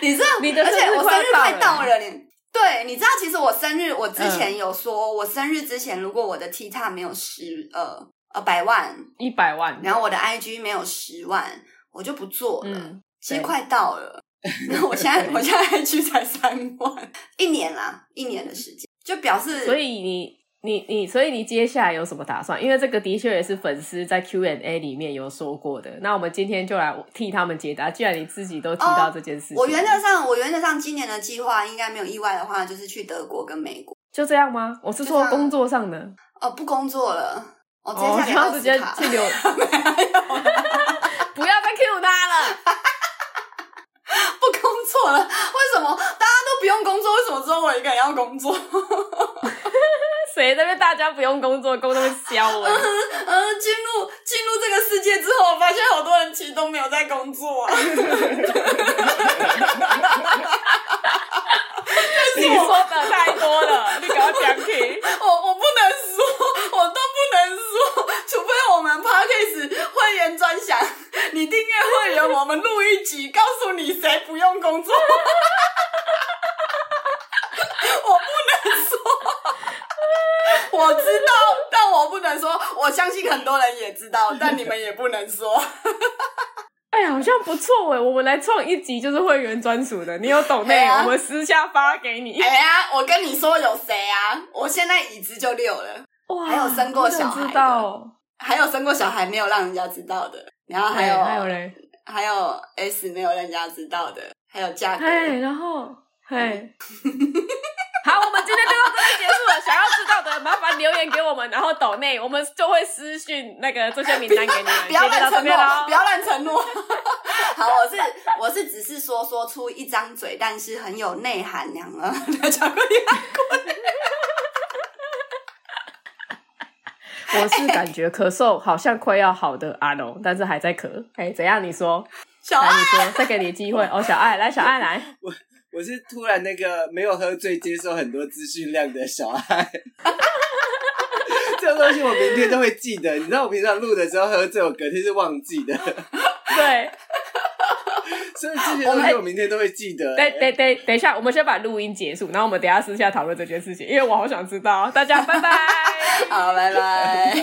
Speaker 2: 你知道，
Speaker 1: 你的
Speaker 2: 而且
Speaker 1: 生日
Speaker 2: 我生日
Speaker 1: 快到
Speaker 2: 快到
Speaker 1: 了嗯
Speaker 2: 了，你对，你知道，其实我生日，我之前有说，我生日之前，如果我的 T 塔没有十呃呃百万，
Speaker 1: 一百万，
Speaker 2: 然后我的 IG 没有十万，我就不做了。
Speaker 1: 嗯，
Speaker 2: 其实
Speaker 3: 对
Speaker 2: 快到了， 然后我现在我现在 IG 才三万，一年啦，一年的时间，就表示
Speaker 1: 嗯所以你。你你，所以你接下来有什么打算？因为这个的确也是粉丝在 Q&A 里面有说过的。那我们今天就来替他们解答。既然你自己都提到这件事情，
Speaker 2: 哦我原则上我原则上今年的计划应该没有意外的话，就是去德国跟美国。
Speaker 1: 就这样吗？我是
Speaker 2: 就这
Speaker 1: 说
Speaker 2: 样
Speaker 1: 工作上的，
Speaker 2: 哦，不工作了，我直接
Speaker 1: 哦，不
Speaker 2: 下给
Speaker 1: 要
Speaker 2: 奥
Speaker 1: 直
Speaker 2: 斯
Speaker 1: 接
Speaker 2: 卡。
Speaker 1: 去 留，不要再 Q 他了。
Speaker 2: 不工作了，为什么大家都不用工作？为什么只有我一个人要工 作？
Speaker 1: 谁在那边大家不用工作，工作会啊削 我。
Speaker 2: 嗯，进入进入这个世界之后，我发现好多人其实都没有在工作、啊。
Speaker 1: 你说的太多了，你给我讲起。
Speaker 2: 我我不能说，我都不能说，除非我们 podcast 会员专享，你订阅会员，我们录一集，告诉你谁不用工作。 我不能说，我知道，但我不能说。我相信很多人也知道，但你们也不能说。
Speaker 1: 哎呀，好像不错哎，我们来创一集就是会员专属的，你有懂
Speaker 2: 哎
Speaker 1: 内，
Speaker 2: 呀
Speaker 1: 我们私下发给你。
Speaker 2: 哎呀，我跟你说有谁啊？我现在椅子就六了，
Speaker 1: 哇，
Speaker 2: 还有生过小
Speaker 1: 我
Speaker 2: 孩的
Speaker 1: 想知道。
Speaker 2: 还有生过小孩没有让人家知道的，然后啊还有
Speaker 1: 哎还有嘞，
Speaker 2: 还有 S 没有让人家知道的，还有价格。
Speaker 1: 哎，然后 哎。好，我们今天就到这边结束了。想要知道的，麻烦留言给我们，然后抖内，我们就会私讯那个这些名单给你们。
Speaker 2: 不要
Speaker 1: 今天就到
Speaker 2: 乱
Speaker 1: 这
Speaker 2: 承
Speaker 1: 边
Speaker 2: 诺
Speaker 1: 喽，，
Speaker 2: 不要乱承诺。 好，我是我是只是说说出一张嘴，但是很有内涵娘 儿的巧克力。
Speaker 1: 我是感觉咳嗽好像快要好的阿龙，但是还在咳。哎、怎样？你说，
Speaker 2: 小
Speaker 1: 来，
Speaker 2: 爱
Speaker 1: 你说，再给你机会。哦，小爱，来，小爱来。
Speaker 3: 我是突然那个没有喝醉，接受很多资讯量的小孩。 这种东西我明天都会记得，你知道我平常录的时候喝醉，我隔天是忘记的，
Speaker 1: 对，
Speaker 3: 所以这些东西我明天都会记得、
Speaker 1: 等等等，等一下，我们先把录音结束，然后我们等一下私下讨论这件事情，因为我好想知道。大家拜拜。
Speaker 2: 好，拜拜。